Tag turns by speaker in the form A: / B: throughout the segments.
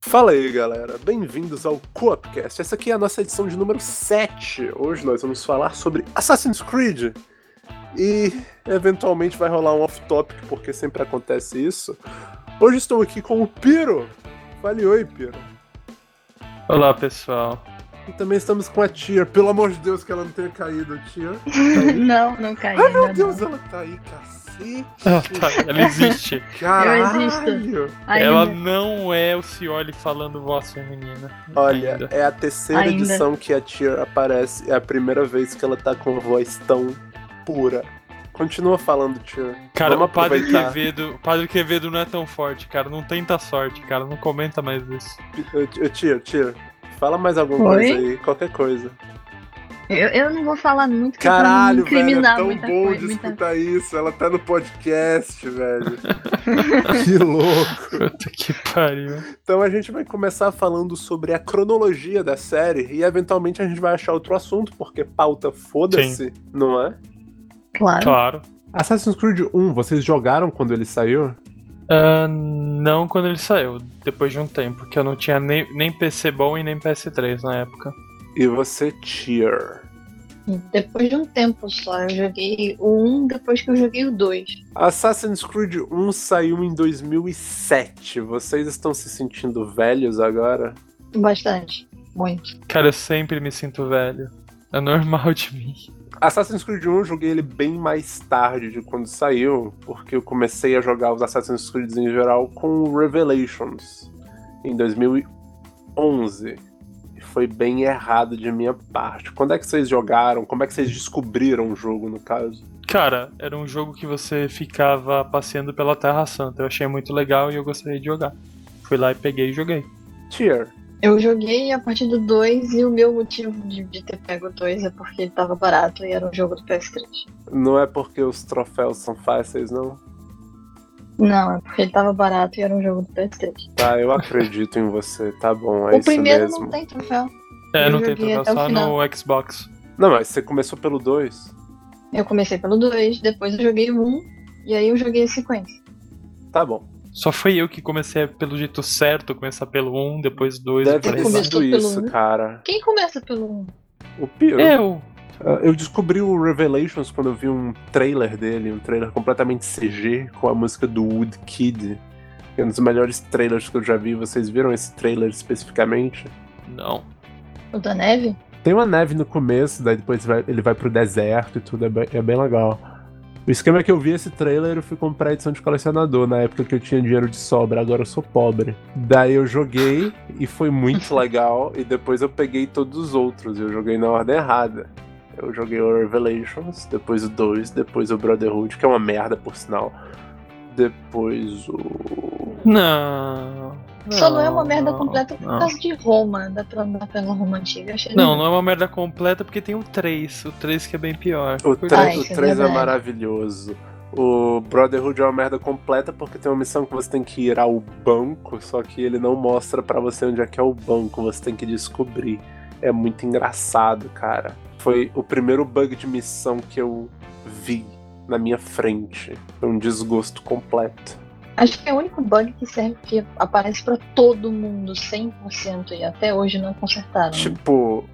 A: Fala aí, galera. Bem-vindos ao Coopcast. Essa aqui é a nossa edição de número 7. Hoje nós vamos falar sobre Assassin's Creed. E eventualmente vai rolar um off-topic, porque sempre acontece isso. Hoje estou aqui com o Piro. Fale oi, Piro.
B: Olá, pessoal.
A: E também estamos com a Tia. Pelo amor de Deus, que ela não tenha caído, Tia.
C: Não, não caí.
A: Ai, meu
C: ainda
A: Deus,
C: não.
A: ela tá aí, cacete.
B: Ela, tá- ela existe.
A: Caralho.
C: Ainda
B: Ela
C: não.
B: não é o Cioli falando voz feminina.
A: Olha,
B: ainda.
A: é a terceira
C: Ainda.
A: edição que a Tia aparece. É a primeira vez que ela tá com voz tão pura. Continua falando, Tia.
B: Cara,
A: vamos
B: o Padre
A: aproveitar.
B: Quevedo, o Padre Quevedo não é tão forte, cara. Não tenta sorte, cara. Não comenta mais isso.
A: Ô, ô, Tia, Tia, fala mais alguma
C: Oi?
A: coisa aí, qualquer coisa.
C: Eu, eu não vou falar muito porque
A: Caralho,
C: pra não
A: velho, é
C: incriminar
A: tão
C: muita
A: bom
C: coisa.
A: de
C: muita-
A: escutar isso. Ela tá no podcast, velho. que louco.
B: Puta que pariu.
A: Então a gente vai começar falando sobre a cronologia da série e eventualmente a gente vai achar outro assunto, porque pauta foda-se, não é?
C: Claro.
B: Claro.
A: Assassin's Creed 1, vocês jogaram quando ele saiu?
B: Ah, não quando ele saiu, depois de um tempo, que eu não tinha nem, nem PC bom e nem PS3 na época.
A: E você, Tier.
C: Depois de um tempo só, eu joguei o 1 depois que eu joguei o 2.
A: Assassin's Creed 1 saiu em 2007. Vocês estão se sentindo velhos agora?
C: Bastante. Muito.
B: Cara, eu sempre me sinto velho. É normal de mim.
A: Assassin's Creed 1 eu joguei ele bem mais tarde de quando saiu, porque eu comecei a jogar os Assassin's Creed em geral com o Revelations em 2011. E foi bem errado de minha parte. Quando é que vocês jogaram? Como é que vocês descobriram o jogo, no caso?
B: Cara, era um jogo que você ficava passeando pela Terra Santa. Eu achei muito legal e eu gostaria de jogar. Fui lá e peguei e joguei.
A: Tier.
C: Eu joguei a partir do 2 e o meu motivo de, de ter pego o 2 é porque ele tava barato e era um jogo do PS3.
A: Não é porque os troféus são fáceis, não?
C: Não, é porque ele tava barato e era um jogo do PS3.
A: Tá, eu acredito em você. Tá bom, é
C: o
A: isso
C: primeiro
A: mesmo.
C: não tem troféu.
B: É,
C: Eu
B: não tem
C: joguei
B: troféu,
C: até o
B: só
C: final.
B: no Xbox.
A: Não, mas você começou pelo 2.
C: Eu comecei pelo 2, depois eu joguei o 1 e aí eu joguei a sequência.
A: Tá bom.
B: Só foi eu que comecei pelo jeito certo, começar pelo 1, depois 2 e
A: Deve ter
B: três.
C: começou
A: sido
C: pelo
A: isso,
C: um.
A: cara.
C: Quem começa pelo 1?
A: O pior.
B: Eu!
A: Ah, Eu descobri o Revelations quando eu vi um trailer dele, um trailer completamente CG, com a música do Woodkid. É um dos melhores trailers que eu já vi. Vocês viram esse trailer especificamente?
B: Não.
C: O da neve?
A: Tem uma neve no começo, daí depois vai- ele vai pro deserto e tudo, é bem, é bem legal. O esquema é que eu vi esse trailer, eu fui comprar a edição de colecionador, na época que eu tinha dinheiro de sobra, agora eu sou pobre. Daí eu joguei e foi muito legal, e depois eu peguei todos os outros, eu joguei na ordem errada. Eu joguei o Revelations, depois o 2, depois o Brotherhood, que é uma merda por sinal. Depois o.
B: Não.
C: Só não é uma merda completa né? por
B: Não.
C: causa de Roma, dá pra andar pela Roma antiga. Achei
B: não,
C: legal.
B: não é uma merda completa porque tem o 3. O 3 que é bem pior.
A: O
C: Ai,
A: 3,
C: isso
A: o
C: é
A: três é
C: verdade.
A: maravilhoso. O Brotherhood é uma merda completa porque tem uma missão que você tem que ir ao banco, só que ele não mostra pra você onde é que é o banco, você tem que descobrir. É muito engraçado, cara. Foi o primeiro bug de missão que eu vi na minha frente. Foi um desgosto completo.
C: Acho que é o único bug que serve que aparece pra todo mundo 100% e até hoje não é né? consertaram.
A: Tipo,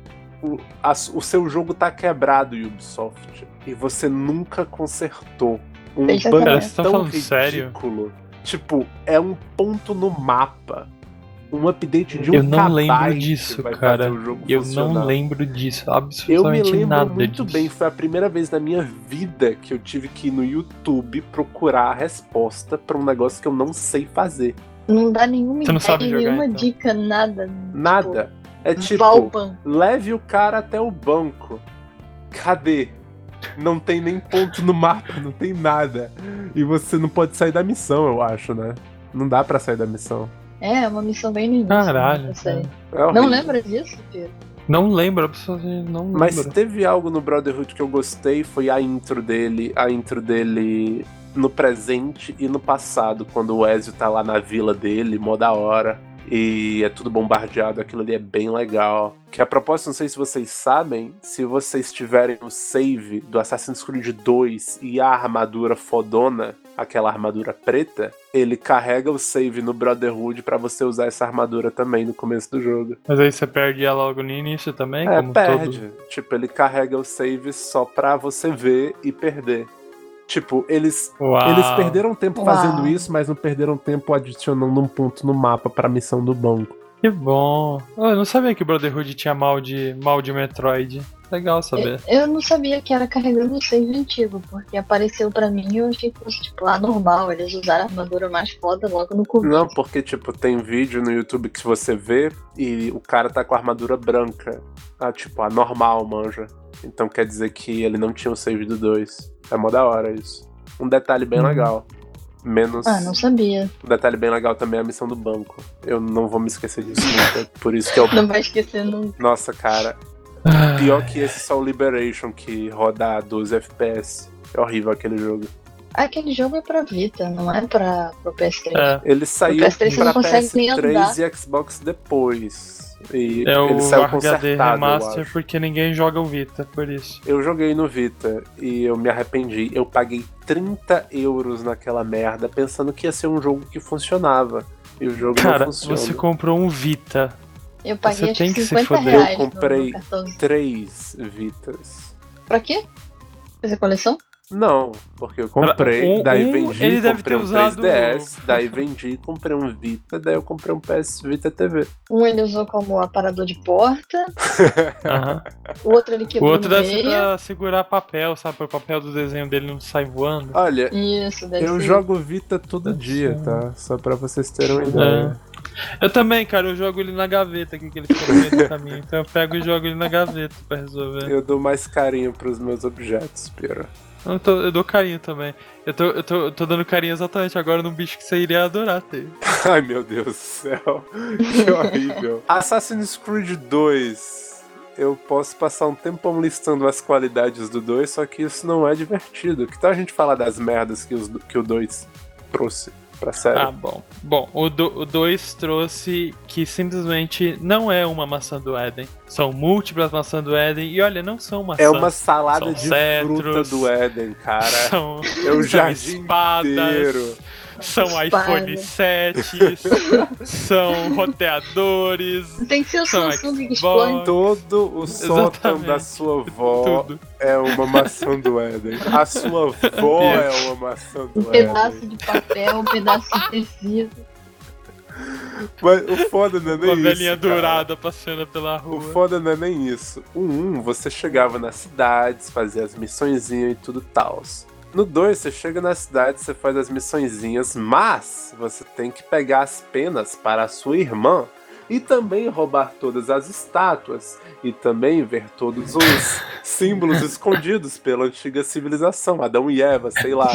A: o, a- o seu jogo tá quebrado, Ubisoft, e você nunca consertou. Um
C: Deixa
A: bug
C: quieto.
B: Cara, vocês tão
A: tão
B: falando sério?
A: ridículo. Tipo, é um ponto no mapa. Um update de um
B: Eu não lembro
A: kbyte
B: disso,
A: vai
B: cara.
A: fazer o jogo
B: Eu
A: funcionar.
B: não lembro disso,
A: Eu me
B: absolutamente
A: lembro
B: nada
A: muito
B: disso.
A: bem, foi a primeira vez na minha vida que eu tive que ir no YouTube procurar a resposta pra um negócio que eu não sei fazer.
C: Não dá nenhuma
B: Você não
C: ideia,
B: sabe jogar,
C: nenhuma
B: então.
C: dica, nada.
A: Nada. É
C: Tipo,
A: tipo,
C: vá ao banco.
A: leve o cara até o banco. Cadê? Não tem nem ponto no mapa, não tem nada. E você não pode sair da missão, eu acho, né? Não dá pra sair da missão.
C: É, é uma missão bem no início.
B: Caralho,
C: né, sério.
A: É
C: Não
A: horrível.
C: lembra disso, Pedro?
B: Não lembro, absolutamente não lembro.
A: Mas teve algo no Brotherhood que eu gostei, foi a intro dele, a intro dele no presente e no passado, quando o Ezio tá lá na vila dele, mó da hora. e é tudo bombardeado, aquilo ali é bem legal. Que a propósito, não sei se vocês sabem, se vocês tiverem o save do Assassin's Creed 2 e a armadura fodona, aquela armadura preta, ele carrega o save no Brotherhood pra você usar essa armadura também no começo do jogo.
B: Mas aí você perde ela logo no início também?
A: É,
B: como
A: perde.
B: todo.
A: Tipo, ele carrega o save só pra você ver e perder. Tipo, eles
B: Uau.
A: eles perderam tempo
C: Uau.
A: fazendo isso, mas não perderam tempo adicionando um ponto no mapa pra missão do banco.
B: Que bom. Ah, Eu não sabia que o Brotherhood tinha mal de, mal de Metroid. Legal saber.
C: Eu não sabia que era carregando o save antigo, porque apareceu pra mim e eu achei que fosse, tipo, lá normal. Eles usaram a armadura mais foda logo no começo.
A: Não, porque, tipo, tem vídeo no YouTube que você vê e o cara tá com a armadura branca. Ah, tipo, a normal manja. Então quer dizer que ele não tinha o save do 2. É mó da hora isso. Um detalhe bem
B: Hum.
A: legal. Menos.
C: Ah, não sabia.
A: Um detalhe bem legal também é a missão do banco. Eu não vou me esquecer disso nunca. Por isso que eu.
C: Não vai esquecer nunca.
A: Nossa, cara.
B: Ah,
A: É, Pior que esse Soul Liberation que roda a 12 FPS. É horrível aquele jogo.
C: Aquele jogo é pra Vita, não é pra, pro PS3.
B: É.
A: Ele saiu
C: O PS3 você
A: pra
C: não consegue nem andar.
A: PS3 e Xbox depois. E
B: É
A: ele
B: o
A: saiu
B: HD
A: consertado, eu
B: Remaster
A: acho.
B: porque ninguém joga o Vita, por isso.
A: Eu joguei no Vita e eu me arrependi. Eu paguei 30 euros naquela merda, pensando que ia ser um jogo que funcionava. E o jogo
B: Cara,
A: não funciona.
B: você comprou um Vita.
C: Eu
B: É, Você
C: paguei acho
B: tem
C: que
B: que se
C: 50
B: foder.
C: reais
A: Eu comprei.
C: no, no cartãozinho.
A: Três Vitas.
C: Pra quê? Fazer coleção?
A: Não, porque eu comprei,
B: Um-
A: daí
B: um
A: vendi,
B: ele deve
A: comprei
B: ter
A: um
B: usado-
A: 3DS, daí vendi, comprei um Vita, daí eu comprei um PS Vita TV.
C: Um ele usou como aparador de porta,
B: Aham.
C: o outro ele
B: O
C: quebrou
B: outro
C: no
B: deve
C: meio.
B: pra segurar papel, sabe? O papel do desenho dele não sai voando.
A: Olha,
C: Isso, deve
A: eu
C: ser.
A: jogo Vita todo
B: Deve
A: dia,
B: ser.
A: tá? Só pra vocês terem uma ideia.
B: Eu também, cara, eu jogo ele na gaveta aqui, que ele fica no meio do caminho. Então eu pego e jogo ele na gaveta pra resolver.
A: Eu dou mais carinho pros meus objetos, Pira.
B: Eu, tô- eu dou carinho também. Eu tô, eu, tô, eu tô dando carinho exatamente agora num bicho que você iria adorar ter.
A: Ai, meu Deus do céu. Que horrível. Assassin's Creed 2. Eu posso passar um tempão listando as qualidades do 2, só que isso não é divertido. Que tal a gente falar das merdas que, os, que o 2 trouxe pra série?
B: Ah, bom. Bom, o 2 trouxe que simplesmente não é uma maçã do Éden. São múltiplas maçãs do Éden. E olha, não são maçãs.
A: é uma salada
B: são
A: de
B: cetros.
A: fruta do Éden, cara.
B: São,
A: É o
B: são
A: jardim
B: espadas.
A: inteiro.
B: São iPhone
C: Espadas.
B: 7. são roteadores.
C: Tem que ser o
B: Não, é
C: Samsung
B: que-
C: que explode.
A: Todo o sótão
B: Exatamente.
A: da sua vó
B: Tudo.
A: É uma maçã do Éden. A sua avó é uma maçã
C: Um
A: do
C: pedaço
A: Éden.
C: de papel, um pedaço de tecido.
A: Mas o foda não é nem
B: Uma
A: isso.
B: velhinha
A: cara.
B: dourada passeando pela
A: O
B: rua.
A: foda não é nem isso. O 1, você chegava nas cidades, fazia as missõezinhas e tudo tals. No 2, você chega na cidade, você faz as missõezinhas, mas você tem que pegar as penas para a sua irmã e também roubar todas as estátuas e também ver todos os símbolos escondidos pela antiga civilização, Adão e Eva, sei lá.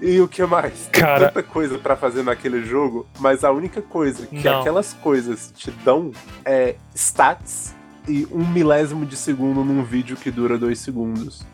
A: E o que mais? Tem
B: Cara.
A: tanta coisa pra fazer naquele jogo, mas a única coisa que
B: Não.
A: aquelas coisas te dão é stats e um milésimo de segundo num vídeo que dura dois segundos.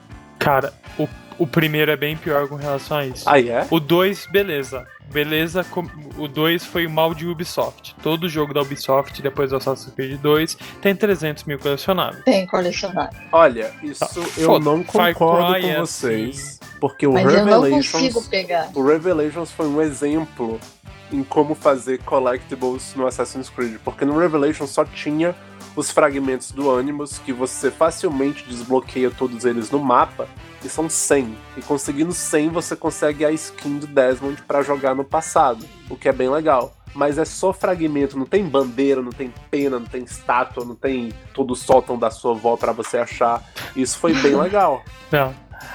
B: Cara, o, o primeiro é bem pior com relação a isso.
A: Aí é?
B: O 2, beleza. Beleza, com- o 2 foi o mal de Ubisoft. Todo jogo da Ubisoft, depois do Assassin's Creed 2, tem 300 mil colecionáveis.
C: Tem colecionário.
A: Olha, isso eu
B: Foda.
A: não
B: Ah, Far
A: concordo
B: Cry é assim.
A: com vocês, porque o
C: Mas eu não consigo
A: Revelations,
C: pegar.
A: o Revelations foi um exemplo em como fazer collectibles no Assassin's Creed, porque no Revelations só tinha os fragmentos do Animus que você facilmente desbloqueia todos eles no mapa. E são 100. E conseguindo 100, você consegue a skin do Desmond pra jogar no passado, o que é bem legal. Mas é só fragmento, não tem bandeira, não tem pena, não tem estátua, não tem todo o sótão da sua avó pra você achar. Isso foi bem legal.
B: Não.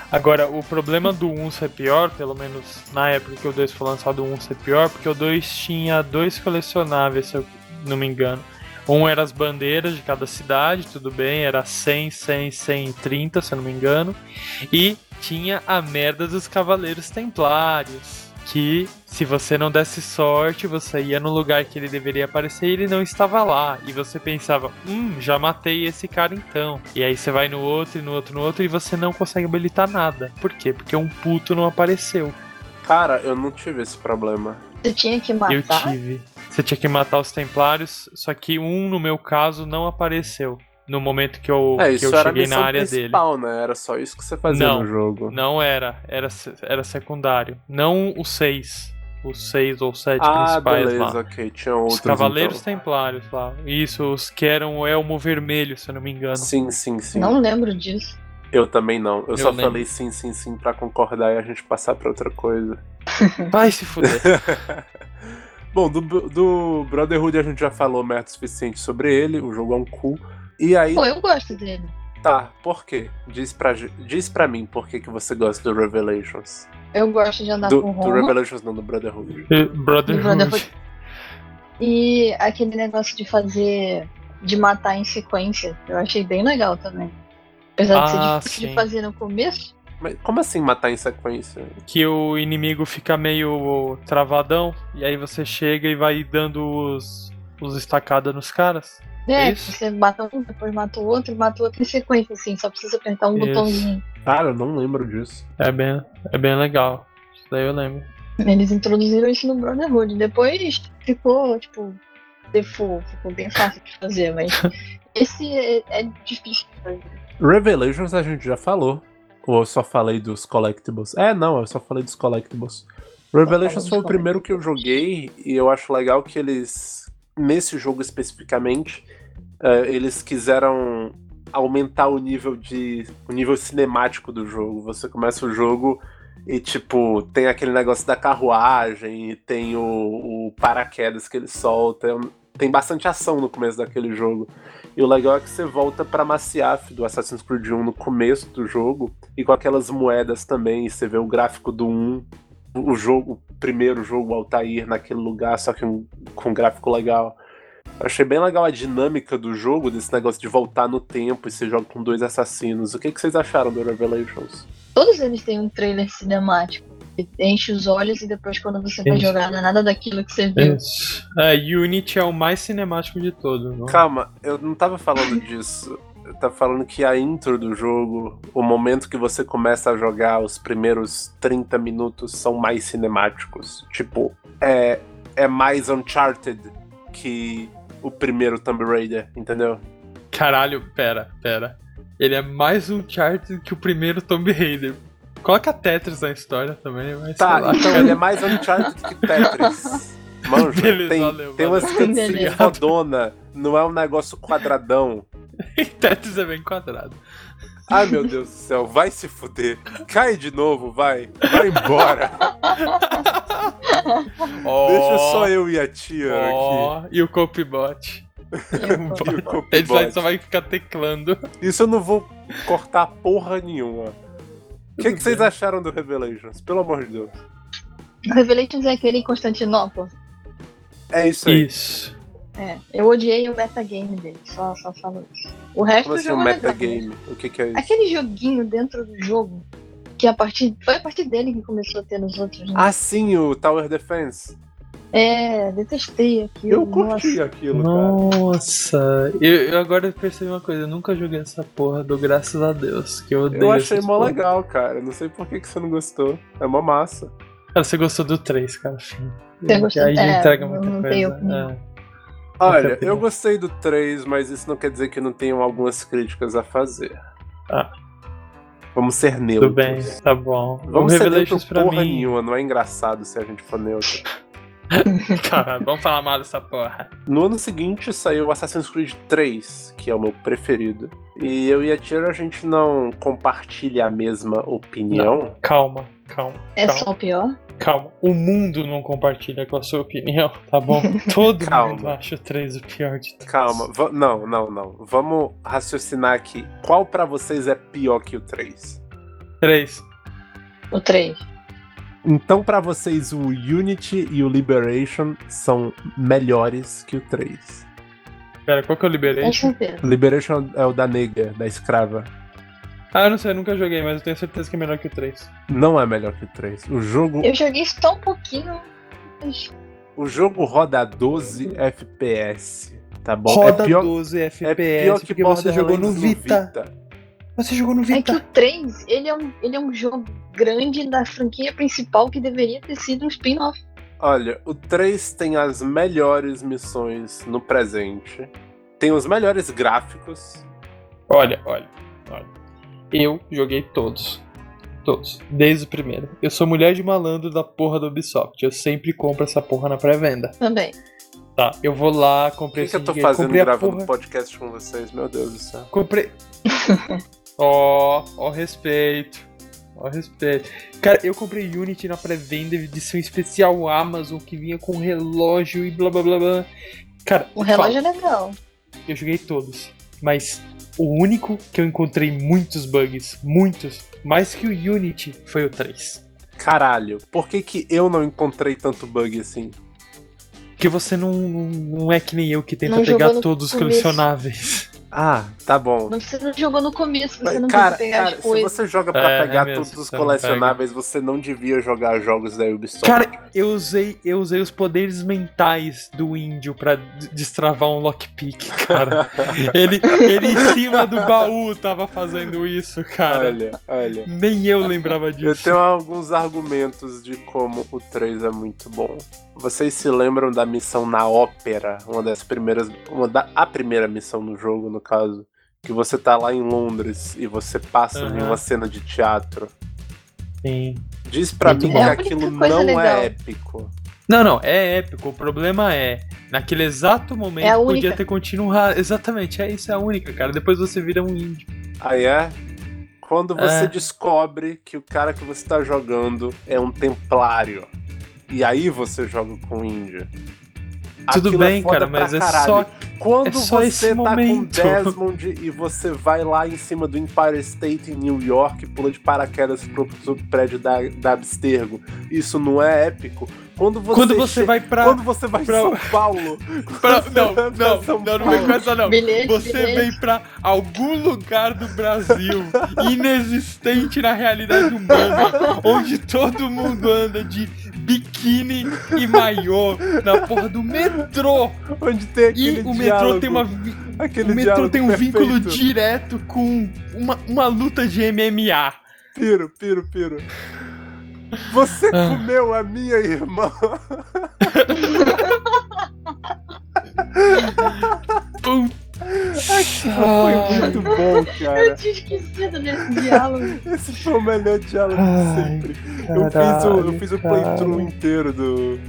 B: Agora, o problema do 1 ser pior, pelo menos na época que o 2 foi lançado, o 1 ser pior, porque o 2 tinha dois colecionáveis, se eu não me engano. Um era as bandeiras de cada cidade, tudo bem, era 100, 100, 130, se eu não me engano. E tinha a merda dos Cavaleiros Templários. Que se você não desse sorte, você ia no lugar que ele deveria aparecer e ele não estava lá. E você pensava, hum, já matei esse cara então. E aí você vai no outro, e no outro, no outro, e você não consegue habilitar nada. Por quê? Porque um puto não apareceu.
A: Cara, eu não tive esse problema.
C: Você tinha que
B: Eu
C: matar.
B: tive. Você tinha que matar os Templários, só que um, no meu caso, não apareceu no momento que eu,
A: É,
B: tipo,
A: isso
B: que
A: era
B: eu
A: a
B: cheguei na
A: missão
B: área dele.
A: principal, né? Era só isso que você fazia
B: Não.
A: no jogo.
B: Não era, era, se- era secundário. Não os seis. Os seis ou sete
A: Ah,
B: principais
A: beleza,
B: lá.
A: ok. Tinha outros.
B: os Cavaleiros
A: então.
B: Templários lá. Isso, os que eram o Elmo Vermelho, se eu não me engano.
A: Sim, sim, sim.
C: Não lembro disso.
A: Eu também não. Eu,
B: Eu
A: só
B: lembro.
A: falei sim, sim, sim pra concordar e a gente passar pra outra coisa.
B: Vai se fuder.
A: Bom, do, do Brotherhood a gente já falou merda o suficiente sobre ele, o jogo é um cu. E aí,
C: Pô, eu gosto dele.
A: tá, por quê? Diz pra, ge- diz pra mim por que, que você gosta do Revelations.
C: Eu gosto de andar
A: Do,
C: Tá com
A: do
C: Roma.
A: Revelations não, do Brotherhood.
B: Brotherhood.
C: Brotherhood. E aquele negócio de fazer. de matar em sequência. Eu achei bem legal também. Apesar de
B: Ah,
C: ser difícil
B: sim.
C: de fazer no começo.
A: Mas como assim matar em sequência?
B: Que o inimigo fica meio travadão. E aí você chega e vai dando os, os estacadas nos caras.
C: É,
B: Isso.
C: você mata um, depois mata o outro, mata o outro em sequência, assim, só precisa apertar um
B: Isso.
C: botãozinho.
A: Cara, eu não lembro disso.
B: É bem, é bem legal. Isso daí eu lembro.
C: Eles introduziram isso no Brotherhood. Depois ficou, tipo, default, ficou bem fácil de fazer, mas esse é, é difícil de fazer.
A: Revelations a gente já falou. Ou eu só falei dos collectibles? É, não, eu só falei dos collectibles. Revelations
C: dos
A: foi o primeiro que eu joguei e eu acho legal que eles, nesse jogo especificamente, eh, eles quiseram aumentar o nível de o nível cinemático do jogo. Você começa o jogo e tipo tem aquele negócio da carruagem, e tem o, o paraquedas que ele solta, é um- tem bastante ação no começo daquele jogo. E o legal é que você volta pra Maciaf do Assassin's Creed 1 no começo do jogo e com aquelas moedas também, e você vê o gráfico do 1, o jogo, o primeiro jogo o Altair naquele lugar, só que um- com um gráfico legal. Eu achei bem legal a dinâmica do jogo, desse negócio de voltar no tempo e você joga com dois assassinos. O que, que vocês acharam do Revelations?
C: Todos eles têm um trailer cinemático. que Enche os olhos e depois quando você vai
B: Isso.
C: jogar não é nada daquilo que você viu.
B: Isso. É, Unity é o mais cinemático de todos. Não?
A: Calma, eu não tava falando disso. Eu tava falando que a intro do jogo, o momento que você começa a jogar, os primeiros 30 minutos são mais cinemáticos. Tipo, é, é mais Uncharted que o primeiro Tomb Raider, entendeu?
B: Caralho, pera, pera. Ele é mais um Uncharted que o primeiro Tomb Raider. Coloca Tetris na história também, mas. sei
A: Tá,
B: lá.
A: então ele é mais Uncharted que Tetris. Manja,
B: Beleza,
A: tem,
B: valeu,
A: tem umas
C: valeu.
A: cutscenes
C: Beleza.
A: fodona, não é um negócio quadradão.
B: Tetris é bem quadrado.
A: Ai meu Deus do céu, vai se fuder. Cai de novo, vai. Vai embora. Deixa só eu e a tia aqui.
B: E o Copybot.
C: Eu gosto.
A: E o Copybot.
B: Ele vai- só vai ficar teclando.
A: Isso eu não vou cortar porra nenhuma. O que, é
B: Tudo
A: que vocês
B: bem.
A: acharam do Revelations? Pelo amor de Deus.
C: Revelations é aquele em Constantinopla.
A: É isso aí.
B: Isso.
C: É, eu odiei o metagame dele, só, só falo isso. O resto
A: Como
C: do
A: assim, um
C: jogo é legal.
A: metagame? O que, que é isso?
C: Aquele joguinho dentro do jogo, que a partir, foi a partir dele que começou a ter nos outros. né?
A: Ah, sim, o Tower Defense.
C: É, detestei aquilo.
A: Eu curti
C: nossa.
A: aquilo, cara.
B: Nossa. Eu, eu agora percebi uma coisa. Eu nunca joguei essa porra do Graças a Deus. Que eu odeio.
A: Eu achei
B: essas
A: mó
B: porra.
A: legal, cara. Não sei por que, que você não gostou. É mó massa.
B: Cara, Ah, você gostou do 3, cara. Fim.
C: Você gostou-
B: Aí já
C: é,
B: entrega
C: eu
B: muita
C: não
B: coisa.
C: tenho
B: é.
C: opinião.
A: Olha,
B: opinião.
A: eu gostei do 3, mas isso não quer dizer que eu não tenham algumas críticas a fazer.
B: Ah.
A: Vamos ser neutros.
B: Tudo bem, tá bom.
A: Vamos
B: o
A: ser
B: Revelations
A: neutro
B: pra
A: porra
B: mim.
A: nenhuma, não é engraçado se a gente for neutro.
B: Caralho, vamos falar mal dessa porra.
A: No ano seguinte saiu Assassin's Creed 3, que é o meu preferido. E eu e a Tira, a gente não compartilha a mesma opinião.
B: Calma, calma.
A: tá.
C: É
B: calma,
C: só o pior.
B: calma. O mundo não compartilha com a sua opinião, tá bom? Todo
A: Calma.
B: mundo acha o 3 o pior de todos.
A: Calma, va- não, não, não. Vamos raciocinar aqui. Qual pra vocês é pior que o 3?
B: 3.
C: O 3.
A: Então, pra vocês, o Unity e o Liberation são melhores que o 3.
B: Pera, qual que é eu liberei?
C: Com certeza.
A: Liberation é o da nega, da escrava.
B: Ah, eu não sei, eu nunca joguei, mas eu tenho certeza que é melhor que o 3.
A: Não é melhor que o 3. O jogo,
C: Eu joguei só um pouquinho. mas
A: o jogo roda a 12 FPS, tá bom? é pior,
B: 12
A: é pior que Borderlands
B: Você jogou no
C: É que o 3, ele é um, ele é um jogo grande da franquia principal que deveria ter sido um spin-off.
A: Olha, o 3 tem as melhores missões no presente, tem os melhores gráficos.
B: Olha, olha, olha. Eu joguei todos. Todos. Desde o primeiro. Eu sou mulher de malandro da porra do Ubisoft. Eu sempre compro essa porra na pré-venda.
C: Também.
B: Tá, eu vou lá, comprei
A: O que, que eu tô
B: Syndicate,
A: fazendo
B: comprei a
A: gravando
B: porra-
A: podcast com vocês? Meu Deus do céu.
B: Comprei. Ó, ó respeito. Ó respeito. Cara, eu comprei Unity na pré-venda, edição especial Amazon, que vinha com relógio e blá blá blá blá. Cara,
C: O relógio é legal.
B: eu joguei todos, mas o único que eu encontrei muitos bugs, muitos, mais que o Unity, foi o 3.
A: Caralho, por que que eu não encontrei tanto bug assim?
B: Que você não, não não é que nem eu que tenta
C: Não
B: pegar
C: jogou no
B: todos os
C: começo.
B: colecionáveis.
A: Ah, tá bom.
C: Mas você não jogou no começo, você não
A: cara,
C: pode pegar
A: cara,
C: as
A: se
C: coisas.
A: você joga pra
B: É, é
A: pegar
B: mesmo,
A: todos os
B: você não pega.
A: colecionáveis, você não devia jogar jogos da Ubisoft.
B: Cara, eu usei, eu usei os poderes mentais do índio pra d- destravar um lockpick, cara. ele, ele em cima do baú tava fazendo isso, cara.
A: olha, olha.
B: Nem eu lembrava
A: Eu
B: disso.
A: tenho alguns argumentos de como o 3 é muito bom. Vocês se lembram da missão na ópera? Uma das primeiras. Uma da, a primeira missão no jogo, no caso. Que você tá lá em Londres e você passa em
B: Aham.
A: uma cena de teatro.
B: Sim.
A: Diz pra
B: Muito
A: mim
B: bom.
A: que
C: É a
A: aquilo
C: única coisa
A: não
C: legal.
A: é épico.
B: Não, não, é épico. O problema é, naquele exato momento
C: É a
B: podia
C: única.
B: ter continuado. Exatamente, é isso, é a única, cara. Depois você vira um índio.
A: Aí é. Quando você
B: É.
A: descobre que o cara que você tá jogando é um templário. E aí você joga com o índio.
B: Tudo
A: Aquilo é
B: bem,
A: foda
B: cara,
A: pra
B: mas é
A: caralho.
B: só.
A: Quando
B: É só
A: você
B: esse
A: tá
B: momento.
A: com Desmond e você vai lá em cima do Empire State em New York e pula de paraquedas pro, pro prédio da, da Abstergo, isso não é épico? Quando você,
B: Quando você
A: che-
B: vai pra.
A: quando você vai
B: pra-
A: em São Paulo,
B: pra-
A: quando
B: Não,
A: você vai pra São
B: não, não, não vem com
A: Paulo,
B: essa, não.
C: Bilhete,
B: Você
C: bilhete.
B: vem pra algum lugar do Brasil inexistente na realidade humana, onde todo mundo anda de biquíni e maiô na porra do metrô.
A: onde tem
B: E
A: aquele
B: o metrô
A: diálogo,
B: tem uma vi-
A: aquele
B: o metrô
A: diálogo
B: tem um
A: perfeito.
B: vínculo direto com uma, uma luta de MMA.
A: piro, piro, piro. Você
B: Ah.
A: comeu a minha irmã.
B: Pum.
A: Foi um- muito bom,
C: Eu
A: cara.
C: tinha esquecido desse diálogo.
A: Esse foi o melhor diálogo de
B: Ai,
A: sempre. Eu fiz o, eu fiz o playthrough inteiro do,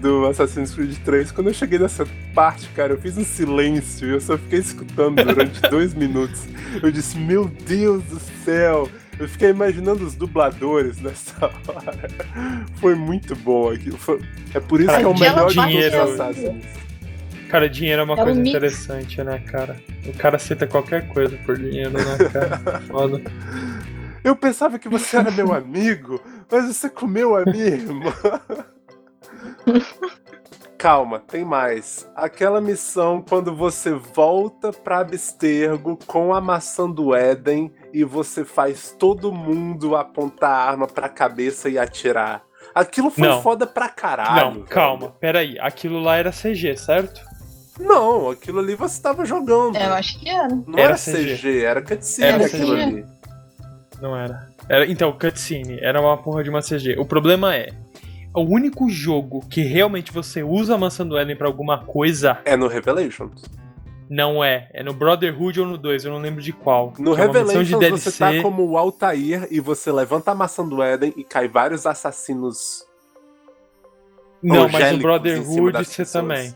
A: do Assassin's Creed 3. Quando eu cheguei nessa parte, cara, eu fiz um silêncio e eu só fiquei escutando durante dois minutos. Eu disse, meu Deus do céu! Eu fiquei imaginando os dubladores nessa hora. Foi muito bom aquilo. Foi- É por isso
B: Cara,
A: que é o
B: dinheiro-
A: melhor de todos
B: dinheiro.
A: os Assassins.
B: Cara, dinheiro é uma
C: É um
B: coisa
C: mix.
B: interessante, né, cara? O cara aceita qualquer coisa por dinheiro, né, cara? Foda.
A: Eu pensava que você era meu amigo, mas você comeu a minha irmã. Calma, tem mais. Aquela missão quando você volta pra Abstergo com a maçã do Éden e você faz todo mundo apontar a arma pra cabeça e atirar. Aquilo foi
B: Não.
A: foda pra caralho.
B: não,
A: velho.
B: calma, peraí. Aquilo lá era CG, certo?
A: Não, aquilo ali você tava jogando.
C: É, eu acho que era.
A: Não
B: Era
A: era,
B: CG.
A: CG, era cutscene
B: Era
A: aquilo
C: CG.
A: ali.
B: Não era. era então, cutscene, era uma porra de uma CG. O problema é, o único jogo que realmente você usa a maçã do Ellen pra alguma coisa
A: É no Revelations.
B: não é. É no Brotherhood ou no 2, eu não lembro de qual.
A: No
B: Que é uma missão
A: Revelations
B: de DLC.
A: você tá como o Altair e você levanta a maçã do Éden e cai vários assassinos.
B: Não, mas o
A: Angélicos em cima
B: Brotherhood
A: das
B: você
A: pessoas.
B: também.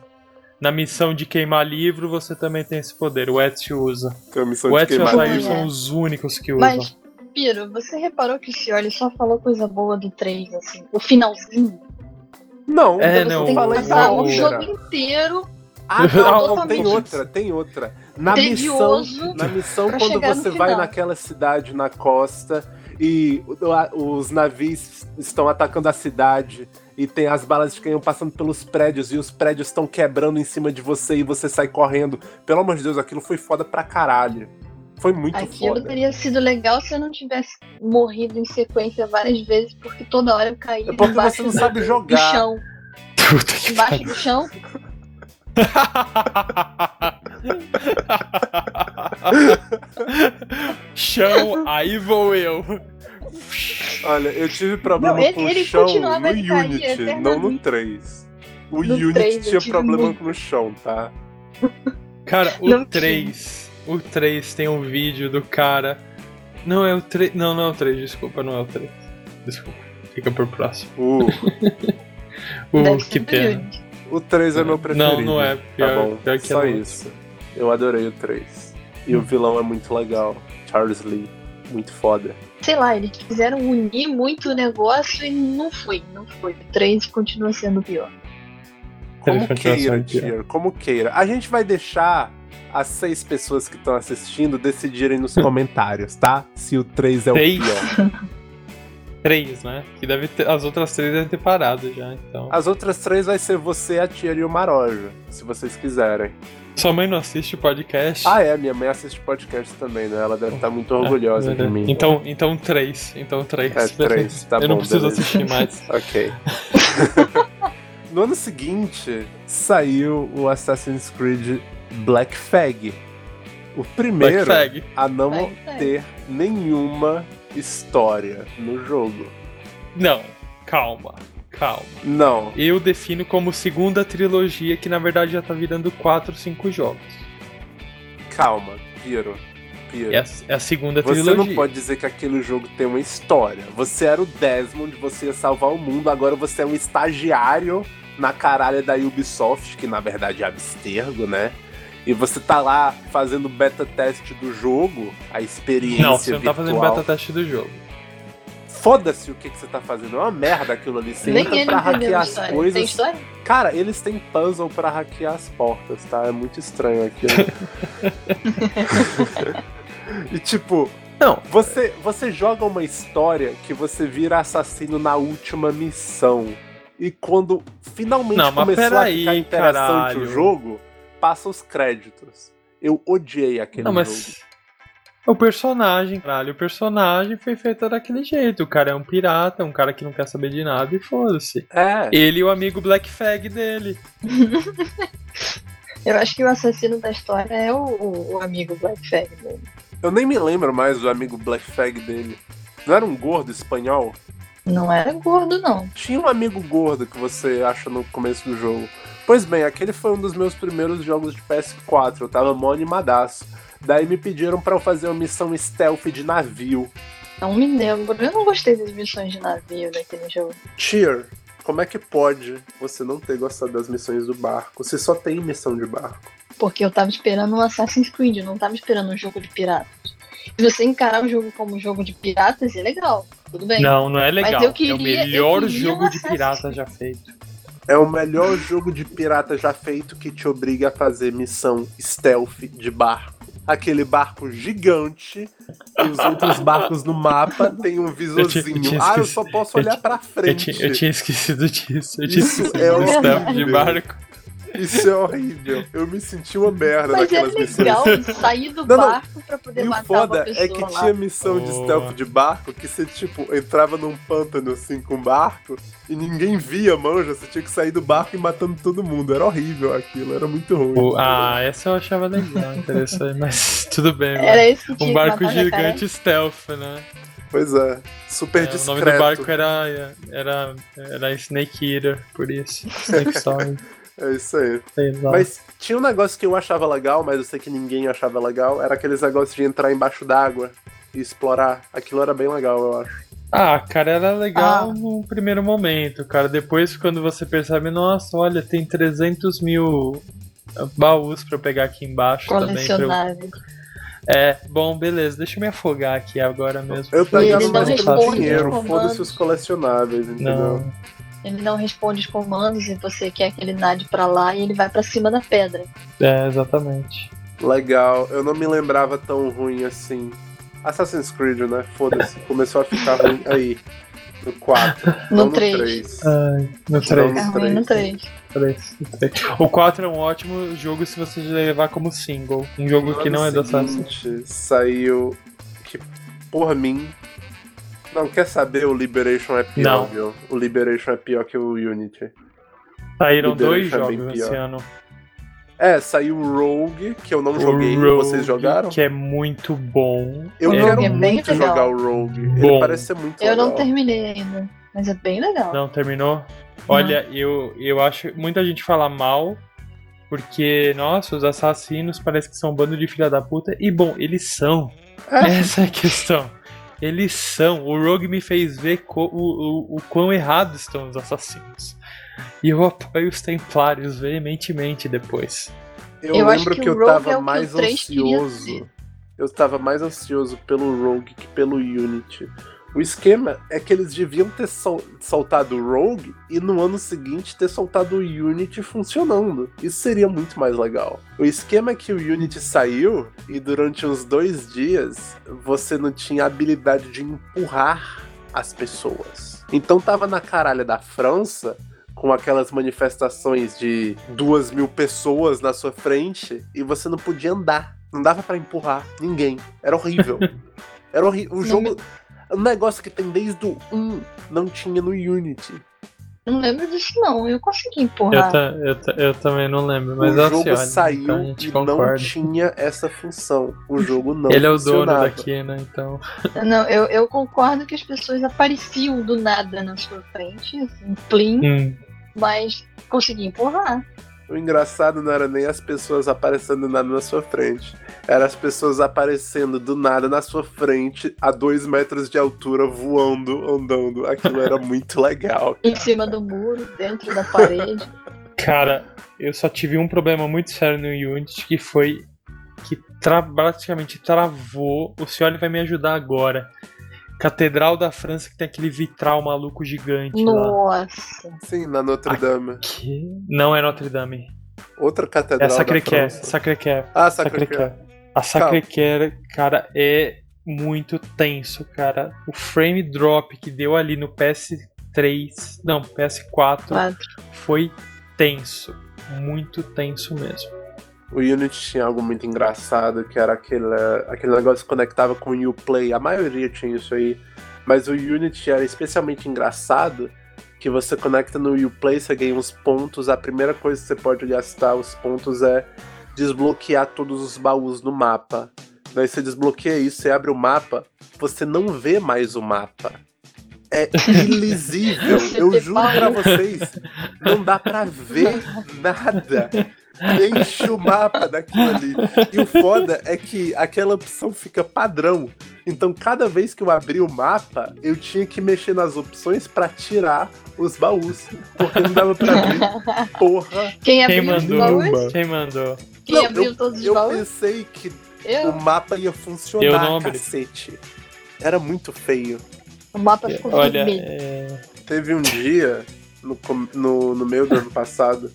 B: Na missão de queimar livro, você também tem esse poder. O Ezio usa.
A: Tem uma missão
B: O é
A: de
B: Edson e o
A: queimar
C: Altair
B: Sair
A: livro.
C: livro.
B: são os únicos que usam.
C: Mas, Piro, você reparou que o Cioli só falou coisa boa do 3, assim, o finalzinho?
A: Não,
B: É,
A: eu
B: não,
C: Então você tem que
A: falei
C: passar
A: da
C: o
B: o-
C: jogo
A: outra.
C: inteiro
A: Ah, não, não,
C: totalmente
A: tem outra, tem outra. Na missão,
C: tedioso.
A: na missão
C: pra
A: quando
C: chegar no
A: você vai
C: final.
A: naquela cidade na costa e o- a- os navios estão atacando a cidade e tem as balas de canhão passando pelos prédios e os prédios estão quebrando em cima de você e você sai correndo. Pelo amor de Deus, aquilo foi foda pra caralho. Foi muito
C: Aquilo
A: foda.
C: teria sido legal se eu não tivesse morrido em sequência várias vezes, porque toda hora eu caía
A: É porque
C: embaixo
A: você não
C: do-
A: sabe
C: do
A: jogar.
C: chão.
B: Puta que
C: Embaixo do chão,
B: Chão, aí vou eu.
A: Olha, eu tive problema
C: Não, ele-
A: com o
C: ele
A: chão
C: continuava
A: no
C: de cair
A: Unity, não no
C: eternamente.
A: 3. O
C: No
A: Unity
C: três eu
A: tinha
C: tive
A: problema
C: muito.
A: com o chão, tá?
B: Cara, o
C: Não tinha.
B: 3. O 3 tem um vídeo do cara. Não, é o 3. Não, não é o 3, desculpa, não é o 3. Desculpa. Fica pro próximo.
A: O,
B: Uh,
C: Deve ser
B: que
C: do
B: pena.
C: Unity.
A: o 3 é meu preferido.
B: Não, não é. Pior,
A: tá bom,
B: pior que
A: só
B: é
A: isso. Eu adorei o 3. E
C: Hum.
A: o vilão é muito legal. Charles Lee. Muito foda.
C: Sei lá, eles quiseram unir muito o negócio e não foi, não foi. O 3 continua sendo pior.
A: Como
B: Ele é né? continua
A: queira,
B: sendo pior.
A: Tier, como queira. A gente vai deixar as seis pessoas que estão assistindo decidirem nos comentários, tá? Se o 3 é o
B: Hum. Seis?
A: pior.
B: 3, né? Que deve ter, as outras 3 devem ter parado já, então.
A: As outras três vai ser você, a Tier e o Maroja, se vocês quiserem.
B: Sua mãe não assiste o podcast?
A: Ah, é, minha mãe assiste podcast também, né? Ela deve estar muito orgulhosa de mim.
B: Então, então 3. Então 3.
A: É, três, tá
B: Eu
A: bom,
B: não preciso
A: beleza.
B: assistir mais.
A: Ok. no ano seguinte, saiu o Assassin's Creed Black Flag. O
B: Black
A: primeiro
B: Flag.
A: a não
C: Black Flag.
A: ter nenhuma história no jogo.
B: Não, calma, calma.
A: Não.
B: Eu defino como segunda trilogia, que na verdade já tá virando 4, 5 jogos.
A: Calma, Piro. Piro.
B: É a, é a segunda
A: Você
B: trilogia.
A: não pode dizer que aquele jogo tem uma história. Você era o Desmond, você ia salvar o mundo, agora você é um estagiário na caralha da Ubisoft, que na verdade é abstergo, né? E você tá lá fazendo beta teste do jogo, a experiência
B: Não, você não tá fazendo
A: virtual.
B: beta teste do jogo.
A: Foda-se o que, que você tá fazendo, é uma merda aquilo ali. Você
C: Nem
A: entra
C: ele
A: pra
C: entendeu
A: hackear
C: a
A: as
C: história.
A: coisas.
C: Tem história?
A: Cara, eles têm puzzle pra hackear as portas, tá? É muito estranho aquilo. e tipo,
B: Não.
A: você, você joga uma história que você vira assassino na última missão. E quando finalmente
B: Não, mas
A: começou a
B: peraí,
A: ficar interessante o
B: caralho.
A: jogo, passa os créditos. Eu odiei aquele
B: Não,
A: jogo.
B: mas. O personagem, caralho, o personagem foi feito daquele jeito. O cara é um pirata, um cara que não quer saber de nada e foda-se.
A: É.
B: Ele e o amigo Black Flag dele.
C: Eu acho que o assassino da história é o, o, o amigo Black Flag. né?
A: Eu nem me lembro mais do amigo Black Flag dele. Não era um gordo espanhol?
C: Não era gordo, não.
A: Tinha um amigo gordo que você acha no começo do jogo. Pois bem, aquele foi um dos meus primeiros jogos de PS4, eu tava mó animadaço. Daí me pediram pra eu fazer uma missão stealth de navio.
C: Não me lembro. É um Eu não gostei das missões de navio daquele jogo.
A: Cheer, como é que pode você não ter gostado das missões do barco? Você só tem missão de barco.
C: Porque eu tava esperando um Assassin's Creed, eu não tava esperando um jogo de piratas. Se você encarar o jogo como um jogo de piratas, é legal. Tudo bem.
B: Não, não é legal.
C: eu queria-
B: é o melhor
C: eu queria
B: jogo de
C: lançar
B: pirata já feito.
A: É o melhor jogo de pirata já feito que te obriga a fazer missão stealth de barco. Aquele barco gigante e os outros barcos no mapa tem um visorzinho.
B: tinha
A: ah, eu
B: esqueci-
A: só posso
B: eu
A: olhar
B: ti-
A: pra
B: Eu
A: frente.
B: tinha, eu tinha esquecido disso. Eu tinha
A: Isso
B: esquecido
A: é
B: do
A: horrível.
B: Step de barco.
A: Isso é horrível. Eu me senti uma merda
C: Mas é
A: naquelas missões.
C: legal sair do
A: Não, não.
C: barco pra poder
A: E o
C: matar
A: foda
C: uma pessoa
A: é que
C: lá.
A: tinha missão de
B: Boa.
A: stealth de barco que você, tipo, entrava num pântano assim com um barco e ninguém via, manja. Você tinha que sair do barco e matando todo mundo. Era horrível aquilo, era muito ruim.
B: Pô, Ah, essa eu achava legal, interessante, mas tudo bem,
C: Era tipo
B: mano.
C: esse que tinha
B: Um
C: que
B: barco
C: matar jacaré.
B: gigante stealth, né?
A: Pois é, super
B: É, o
A: discreto.
B: nome do barco era, era, era Snake Eater, por isso. Snake Story,
A: É isso aí.
B: sei lá.
A: Mas tinha um negócio que eu achava legal, mas eu sei que ninguém achava legal. Era aqueles negócios de entrar embaixo d'água e explorar. Aquilo era bem legal, eu acho.
B: Ah, cara, era legal
C: Ah.
B: no primeiro momento, cara. Depois, quando você percebe, nossa, olha, tem 300 mil baús pra eu pegar aqui embaixo também. pra eu-
C: Colecionável.
B: É, bom, beleza, deixa eu me afogar aqui agora mesmo.
A: Eu pegava
C: eles não
A: mais pra
C: respondem
A: dinheiro,
C: os
A: foda-se os colecionáveis, entendeu?
B: Não,
C: Ele não responde os comandos e você quer que ele nade pra lá e ele vai pra cima da pedra.
B: é, exatamente.
A: Legal, eu não me lembrava tão ruim assim. Assassin's Creed, né? Foda-se, começou a ficar ruim aí. No 4, não
C: No
A: no
C: 3.
A: 3.
B: Ai, no
A: Tirando
B: 3.
C: Fica ruim no 3.
B: Três, três. O 4 é um ótimo jogo se você levar como single. Um jogo que não é da Assassin's.
A: Assassin's. Saiu que, por mim... Não, quer saber? O Liberation é pior,
B: Não.
A: viu? O Liberation é pior que o Unity.
B: Saíram
A: Liberation
B: dois
A: é bem
B: jogos
A: pior.
B: esse ano.
A: É, saiu o Rogue, que eu não joguei.
B: O Rogue,
A: Vocês jogaram?
B: Que é muito bom.
A: Eu
B: é
A: quero
C: é bem
A: muito
C: legal.
A: jogar o Rogue. Ele
B: Bom.
A: parece ser muito
C: Eu
A: legal.
C: não terminei ainda, mas é bem legal.
B: Não terminou? Olha, eu, eu acho. Muita gente fala mal, porque, nossa, os assassinos parece que são um bando de filha da puta. E bom, eles são. Essa é a questão. Eles são. O Rogue me fez ver co- o, o, o quão errado estão os assassinos. E eu apoio os Templários veementemente depois.
A: Eu,
C: Eu acho
A: lembro
C: que
A: que,
C: o
A: eu
C: Rogue
A: tava
C: é o que o
A: mais
C: três queria
A: ansioso.
C: ser.
A: Eu tava mais ansioso pelo Rogue que pelo Unity. O esquema é que eles deviam ter sol- soltado o Rogue e no ano seguinte ter soltado o Unity funcionando. Isso seria muito mais legal. O esquema é que o Unity saiu e durante uns dois dias você não tinha a habilidade de empurrar as pessoas. Então tava na caralha da França com aquelas manifestações de duas mil pessoas na sua frente e você não podia andar. Não dava pra empurrar ninguém. Era horrível. Era horrível. O jogo. Um negócio que tem desde o 1 não tinha no Unity.
C: Não lembro disso, não. Eu consegui
B: Eu,
C: empurrar.
B: ta- eu, ta- eu também não lembro, mas
A: o
B: assim,
A: jogo
B: olha,
A: saiu
B: então a gente
A: e não
B: concorda.
A: tinha essa função. O jogo não
B: Ele é o dono
A: funcionava.
B: daqui, né? Então.
C: Não, eu, eu concordo que as pessoas apareciam do nada na sua frente, assim, plim,
B: Hum.
C: mas consegui empurrar.
A: O engraçado não era nem as pessoas aparecendo do nada na sua frente. Era as pessoas aparecendo do nada na sua frente, a dois metros de altura, voando, andando. Aquilo era muito legal.
C: Em cima do muro, dentro da parede.
B: Cara, eu só tive um problema muito sério no Unity que foi que tra- praticamente travou. O Cioli vai me ajudar agora. Catedral da França que tem aquele vitral maluco gigante lá.
C: Nossa.
A: Sim, na Notre Dame.
B: Que não é Notre Dame.
A: Outra
B: É
A: catedral. da
B: Sacré-Cœur.
A: França.
B: Sacré-Cœur.
A: Ah, Sacré-Cœur.
B: Sacré-Cœur. A Sacré-Cœur, cara, é muito tenso, cara. O frame drop que deu ali no PS3, não, PS4
C: quatro.
B: foi tenso, muito tenso mesmo.
A: O Unity tinha algo muito engraçado, que era aquele, aquele negócio que conectava com o Uplay. A maioria tinha isso aí. Mas o Unity era especialmente engraçado, que você conecta no Uplay, você ganha uns pontos. A primeira coisa que você pode gastar os pontos é desbloquear todos os baús no mapa. Daí você desbloqueia isso, você abre o mapa, você não vê mais o mapa. É ilisível, eu juro pra vocês, não dá pra ver nada. Enche o mapa daquilo ali. E o foda é que aquela opção fica padrão. Então, cada vez que eu abri o mapa, eu tinha que mexer nas opções pra tirar os baús. Porque não dava pra abrir porra
B: Quem
C: Quem abriu
B: mandou?
C: os baús?
B: Quem mandou?
C: Quem
A: Não,
C: abriu
A: eu-
C: todos os
A: Eu
C: baús?
A: pensei que o
C: Eu.
A: mapa ia
B: Eu
A: funcionar,
B: não abri.
A: cacete. Era muito feio.
C: O mapa ficou
B: Olha,
C: vermelho.
B: é,
A: Teve um dia, no, com- no, no meio do ano passado,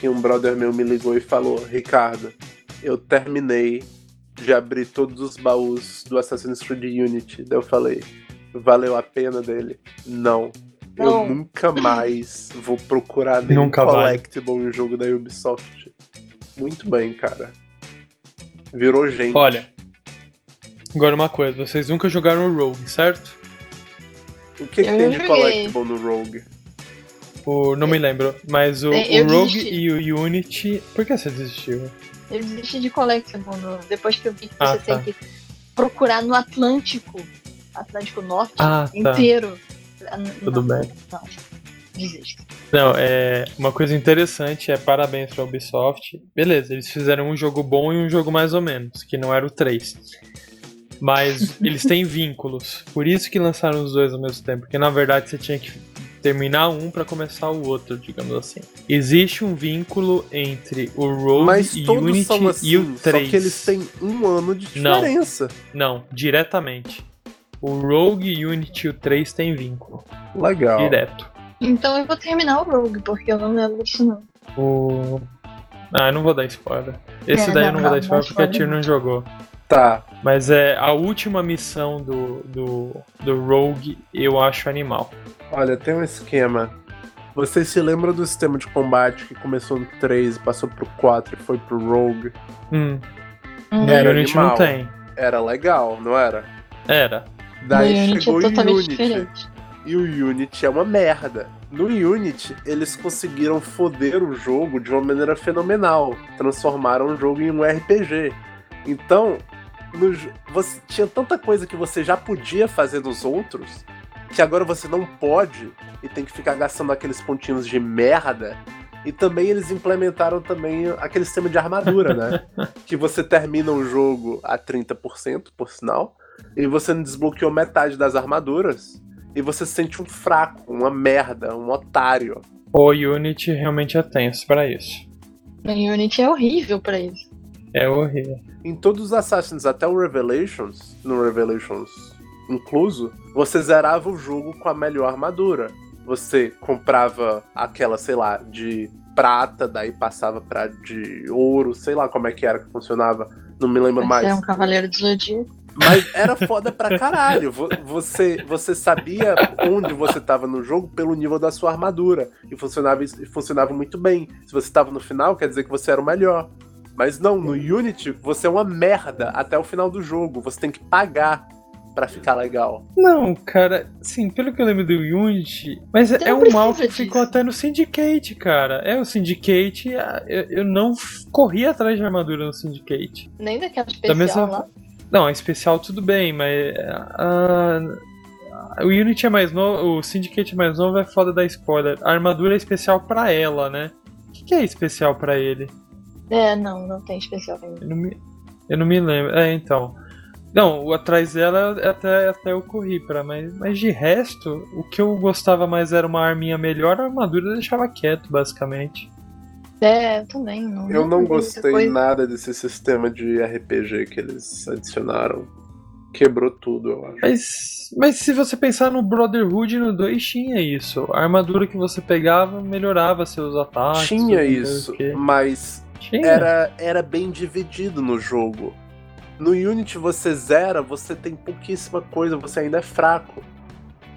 A: que um brother meu me ligou e falou: Ricardo, eu terminei de abrir todos os baús do Assassin's Creed Unity. Daí eu falei: valeu a pena dele? Não. Eu
C: Não.
A: nunca mais vou procurar nenhum
B: Nunca vai.
A: collectible em jogo da Ubisoft. Muito bem, cara. Virou gente.
B: olha. Agora uma coisa, vocês nunca jogaram o Rogue, certo?
A: O que, que
C: Eu
A: tem
C: joguei.
A: de collectible no Rogue?
B: O, não me lembro, mas o,
C: É, eu
B: o Rogue
C: desisti.
B: e o Unity. Por que você desistiu?
C: Eu desisti de collectible no- depois que eu vi que
B: Ah,
C: você
B: tá.
C: tem que procurar no Atlântico, Atlântico Norte,
B: Ah,
C: Então,
B: tá.
C: inteiro. Ah, n-
B: Tudo
C: não,
B: bem.
C: Não, desisto.
B: Não, é. Uma coisa interessante é parabéns pra Ubisoft. Beleza, eles fizeram um jogo bom e um jogo mais ou menos, que não era o 3. Mas eles têm vínculos. Por isso que lançaram os dois ao mesmo tempo. Porque na verdade você tinha que terminar um pra começar o outro, digamos assim. Existe um vínculo entre o Rogue
A: Mas
B: e
A: todos
B: Unity
A: são assim,
B: e o 3.
A: só que eles têm um ano de
B: Não.
A: diferença.
B: Não, diretamente. O Rogue, Unity e o 3 tem vínculo.
A: Legal.
B: Direto.
C: Então eu vou terminar o Rogue, porque eu não lembro disso não.
B: O. Ah, eu não vou dar spoiler. Esse
C: É,
B: daí eu não
C: não,
B: vou dar
C: não, não
B: spoiler porque a Tyr
C: spoiler
B: não jogou.
A: Tá.
B: Mas é a última missão do, do, do Rogue, eu acho animal.
A: Olha, tem um esquema. Vocês se lembram do sistema de combate que começou no 3, passou pro 4 e foi pro Rogue?
B: Hum,
C: Hum,
B: no
A: Era
B: Unity
A: animal.
B: não tem.
A: Era legal, não era?
B: Era.
A: Daí
C: no Unity
A: chegou
C: é
A: o
C: totalmente
A: Unity.
C: diferente.
A: E o Unity é uma merda. No Unity, eles conseguiram foder o jogo de uma maneira fenomenal. Transformaram o jogo em um RPG. Então, no jo- você tinha tanta coisa que você já podia fazer nos outros, que agora você não pode e tem que ficar gastando aqueles pontinhos de merda. E também eles implementaram também aquele sistema de armadura, né? que você termina o jogo a 30%, por sinal, e você não desbloqueou metade das armaduras, e você se sente um fraco, uma merda, um otário.
B: O Unity realmente é tenso pra isso.
C: A Unity é horrível pra isso.
B: É horrível.
A: Em todos os Assassins, até o Revelations, no Revelations incluso, você zerava o jogo com a melhor armadura. Você comprava aquela, sei lá, de prata, daí passava pra de ouro, sei lá como é que era que funcionava, não me lembro mais.
C: Você é um cavaleiro do zodíaco.
A: Mas era foda pra caralho. Vo- Você, você sabia onde você tava no jogo pelo nível da sua armadura. E funcionava, isso- e funcionava muito bem. Se você tava no final, quer dizer que você era o melhor. Mas não, no Unity, você é uma merda até o final do jogo. Você tem que pagar pra ficar legal.
B: Não, cara, sim, pelo que eu lembro do Unity, mas
C: Então
B: é
C: não
B: um mal que
C: precisa
B: ficou
C: disso.
B: até no Syndicate, cara. É o Syndicate, a- eu, eu não f- corri atrás de armadura no Syndicate.
C: Nem daquela
B: Da
C: especial
B: mesma-
C: lá.
B: Não, a especial tudo bem, mas ah, ah, o Unity é mais novo, o Syndicate é mais novo é foda da spoiler. A armadura é especial pra ela, né? O que, que é especial pra ele?
C: É, não, não tem especial ainda.
B: Eu não me, eu não me lembro. É, então. Não, o atrás dela é até, até eu corri pra, mas, mas de resto, o que eu gostava mais era uma arminha melhor, a armadura eu deixava quieto, basicamente.
C: É, eu também. Não,
A: Eu não
C: muita
A: gostei
C: coisa.
A: nada desse sistema de RPG que eles adicionaram. Quebrou tudo, eu acho.
B: Mas, mas se você pensar no Brotherhood no 2, tinha isso. A armadura que você pegava melhorava seus ataques.
A: Tinha
B: não sei o
A: isso,
B: quê.
A: mas
B: Tinha.
A: era, era bem dividido no jogo. No Unity você zera, você tem pouquíssima coisa, você ainda é fraco.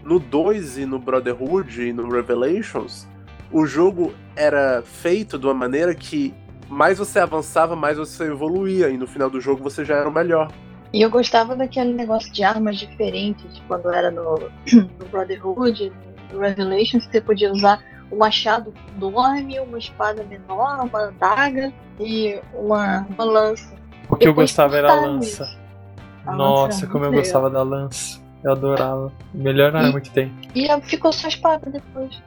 A: No 2 e no Brotherhood e no Revelations, o jogo era feito de uma maneira que mais você avançava, mais você evoluía, e no final do jogo você já era o melhor.
C: E eu gostava daquele negócio de armas diferentes, de quando era no, no Brotherhood, no Revelations, que você podia usar um machado enorme, uma espada menor, uma adaga e uma, uma lança.
B: O que eu
C: Depois
B: gostava era a
C: cortaram
B: lança.
C: isso. A lança
B: Nossa,
C: era
B: como eu
C: muito
B: gostava da lança. Eu adorava. Melhor arma que tem.
C: E a- ficou só a espada depois.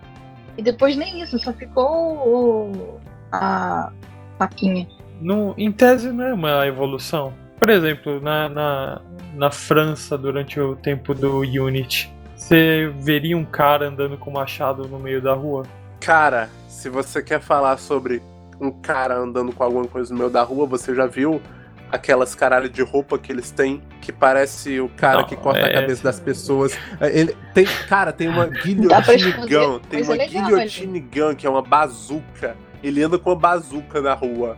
C: E depois nem isso, só ficou o- a faquinha.
B: não, em tese não é uma evolução. Por exemplo, na, na, na França, durante o tempo do Unity, você veria um cara andando com machado no meio da rua?
A: Cara, se você quer falar sobre um cara andando com alguma coisa no meio da rua, você já viu aquelas caralho de roupa que eles têm que parece o cara
B: Não,
A: que corta
B: é-
A: a cabeça das pessoas. É, Ele tem, cara, tem uma
C: Dá pra esconder
A: guilhotine gun, tem
C: coisa
A: uma
C: legal
A: guilhotine gun que é uma bazuca. Ele anda com uma bazuca na rua.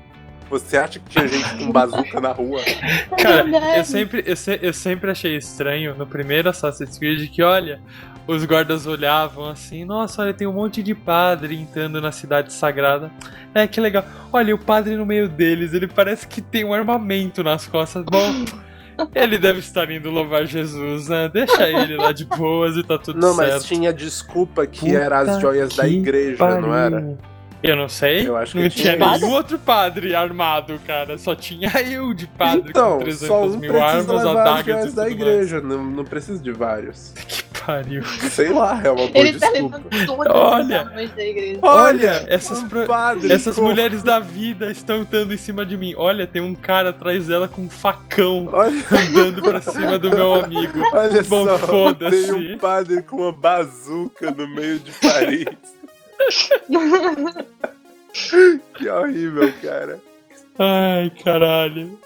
A: Você acha que tinha gente com bazuca na rua?
C: É.
B: Cara, eu sempre, eu, se- eu sempre achei estranho no primeiro Assassin's Creed que, olha, os guardas olhavam assim, nossa, olha, tem um monte de padre entrando na cidade sagrada. É, que legal. Olha, o padre no meio deles, ele parece que tem um armamento nas costas. Bom, ele deve estar indo louvar Jesus, né? Deixa ele lá de boas e tá tudo
A: Não,
B: certo.
A: mas tinha desculpa que
B: Puta
A: era as joias da
B: que
A: igreja, não era?
B: Eu não sei.
A: Eu acho que
B: não
A: tinha
B: tinha
C: isso.
B: nenhum outro padre armado, cara. Só tinha eu de padre com
A: Então,
B: 300
A: só um
B: mil
A: precisa
B: armas,
A: levar as
B: adagas e
A: joias da
B: tudo mais.
A: igreja, não, não precisa de vários.
B: Que pariu.
A: Sei lá, é uma boa
C: Ele tá
A: desculpa.
C: levando todas as
B: Olha!
C: armas da igreja.
B: Olha, essas
A: um
B: pro-
A: padre
B: Essas
A: com-
B: mulheres da vida estão andando em cima de mim. Olha, tem um cara atrás dela com um facão
A: Olha,
B: andando pra cima do meu amigo.
A: olha
B: Bom,
A: só,
B: foda-se.
A: tem um padre com uma bazuca no meio de Paris. que horrível, cara.
B: Ai, caralho.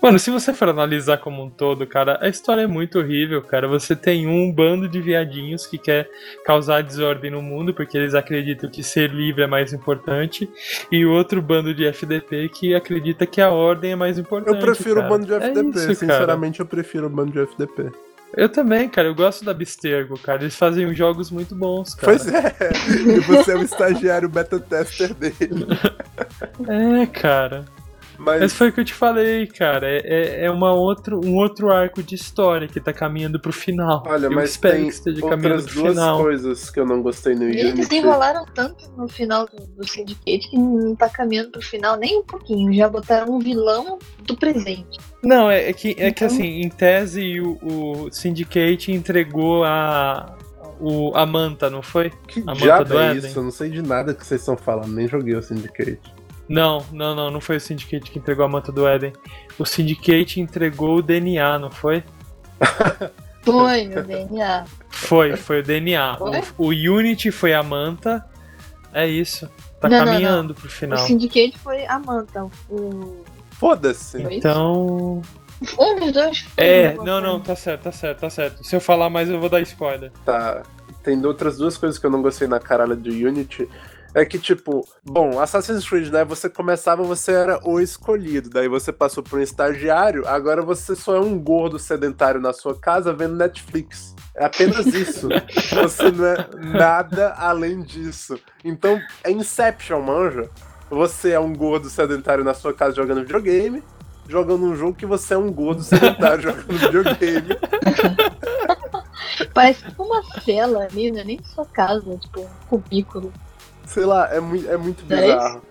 B: Mano, se você for analisar como um todo, cara, a história é muito horrível, cara. Você tem um bando de viadinhos que quer causar desordem no mundo porque eles acreditam que ser livre é mais importante, e outro bando de FDP que acredita que a ordem é mais importante.
A: Eu prefiro
B: cara.
A: o bando de
B: É
A: FDP,
B: isso, cara.
A: sinceramente eu prefiro o bando de FDP.
B: Eu também, cara. Eu gosto da Abstergo, cara. Eles fazem jogos muito bons, cara.
A: Pois é, e você é o estagiário beta tester dele.
B: é. cara. Mas
A: Mas
B: foi o que eu te falei, cara. É, é, é uma outro, um outro arco de história que tá caminhando pro final.
A: olha,
B: eu
A: mas
B: espero
A: tem
B: que esteja caminhando
A: outras
B: pro
A: duas
B: final.
A: coisas que eu não gostei no
C: Eles
A: Unity.
C: desenrolaram tanto no final do, do Syndicate que não tá caminhando pro final nem um pouquinho. Já botaram um vilão do presente.
B: Não, é, é que, é que
C: Então-
B: assim, em tese, o, o Syndicate entregou a, o, a manta, não foi?
A: Que
B: manta
A: diabo
B: do
A: é
B: Éden.
A: isso? Eu não sei de nada que vocês estão falando, nem joguei o Syndicate.
B: Não, não, não, não foi o Syndicate que entregou a manta do Éden. O Syndicate entregou o DNA, não foi?
C: Foi, meu DNA.
B: Foi, foi o DNA.
C: Foi?
B: O, o Unity foi a manta. É isso. Tá
C: Não, não, não.
B: caminhando pro
C: O
B: final.
C: Syndicate foi a Manta. O...
A: Foda-se.
C: Foi isso?
B: Então.
C: Um dos dois foi.
B: É,
C: né,
B: não, não, tá certo, tá certo, tá certo. Se eu falar mais, eu vou dar spoiler.
A: Tá. Tem outras duas coisas que eu não gostei na caralho do Unity. É que, tipo, bom, Assassin's Creed, né? Você começava, você era o escolhido. Daí você passou por um estagiário, agora você só é um gordo sedentário na sua casa vendo Netflix. É apenas isso. você não é nada além disso. Então, é Inception, manja. Você é um gordo sedentário na sua casa jogando videogame, jogando um jogo que você é um gordo sedentário jogando videogame.
C: Parece tipo uma cela ali, né? Nem sua casa, tipo um cubículo.
A: Sei lá, é, mui- é muito
C: Dez?
A: bizarro.
C: Hum.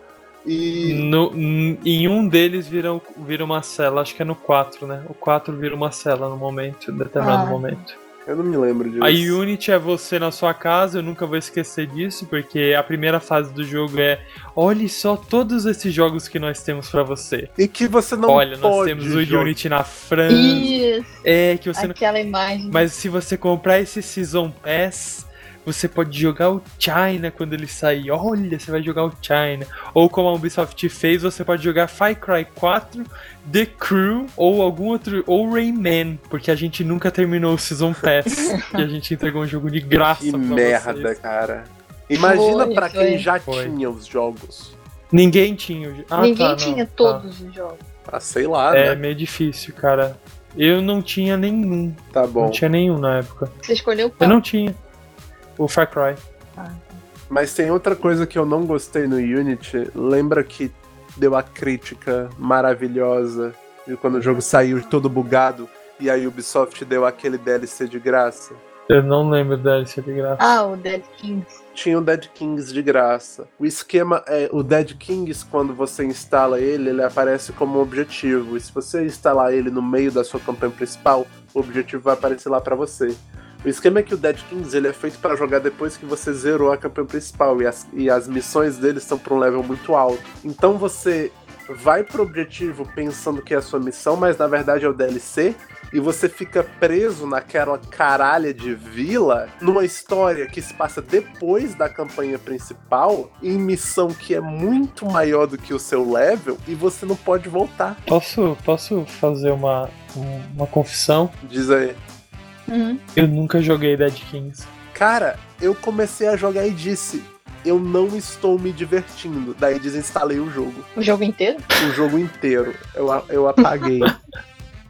A: E.
B: No- n- em um deles vira, um- vira uma cela, acho que é no 4, né? O 4 vira uma cela no momento, em determinado
C: Ah.
B: momento.
A: Eu não me lembro disso.
B: A Unity é você na sua casa, eu nunca vou esquecer disso, porque a primeira fase do jogo é: olhe só todos esses jogos que nós temos pra você.
A: E que você não
B: Olha,
A: pode
B: nós temos o
A: jogar.
B: Unity na França.
C: Isso,
B: É, que você não.
C: aquela imagem.
B: Mas se você comprar esse Season Pass, você pode jogar o China quando ele sair. Olha, você vai jogar o China. Ou como a Ubisoft fez, você pode jogar Far Cry 4, The Crew ou algum outro. Ou Rayman, porque a gente nunca terminou o Season Pass. e a gente entregou um jogo de graça
A: Que
B: pra
A: merda,
B: vocês.
A: cara. Imagina
C: Foi,
A: pra
C: foi.
A: quem já
B: Foi.
A: tinha os jogos.
B: Ninguém tinha. o jo- Ah,
C: Ninguém
B: tá, não,
C: tinha
B: tá.
C: todos os jogos.
A: Ah, sei lá,
B: É
A: né?
B: meio difícil, cara. Eu não tinha nenhum.
A: Tá bom. Ah.
B: Não tinha nenhum na época.
C: Você escolheu
B: Eu
C: qual?
B: não tinha. O Far Cry.
A: Mas tem outra coisa que eu não gostei no Unity. Lembra que deu a crítica maravilhosa de quando o jogo saiu todo bugado e a Ubisoft deu aquele DLC de graça?
B: Eu não lembro da DLC de graça.
C: Ah, o Dead Kings.
A: tinha o Dead Kings de graça. O esquema é o Dead Kings, quando você instala ele, ele aparece como um objetivo. E se você instalar ele no meio da sua campanha principal, o objetivo vai aparecer lá pra você. O esquema é que o Dead Kings ele é feito pra jogar depois que você zerou a campanha principal e as, e as missões dele estão pra um level muito alto. Então você vai pro objetivo pensando que é a sua missão, mas na verdade é o DLC e você fica preso naquela caralha de vila, numa história que se passa depois da campanha principal, em missão que é muito maior do que o seu level, e você não pode voltar.
B: Posso, posso fazer uma, um- uma confissão?
A: Diz aí.
C: Uhum.
B: Eu nunca joguei Dead Kings.
A: Cara, eu comecei a jogar e disse. Eu não estou me divertindo. Daí desinstalei o jogo.
C: O jogo inteiro?
A: O jogo inteiro. Eu, a- eu apaguei.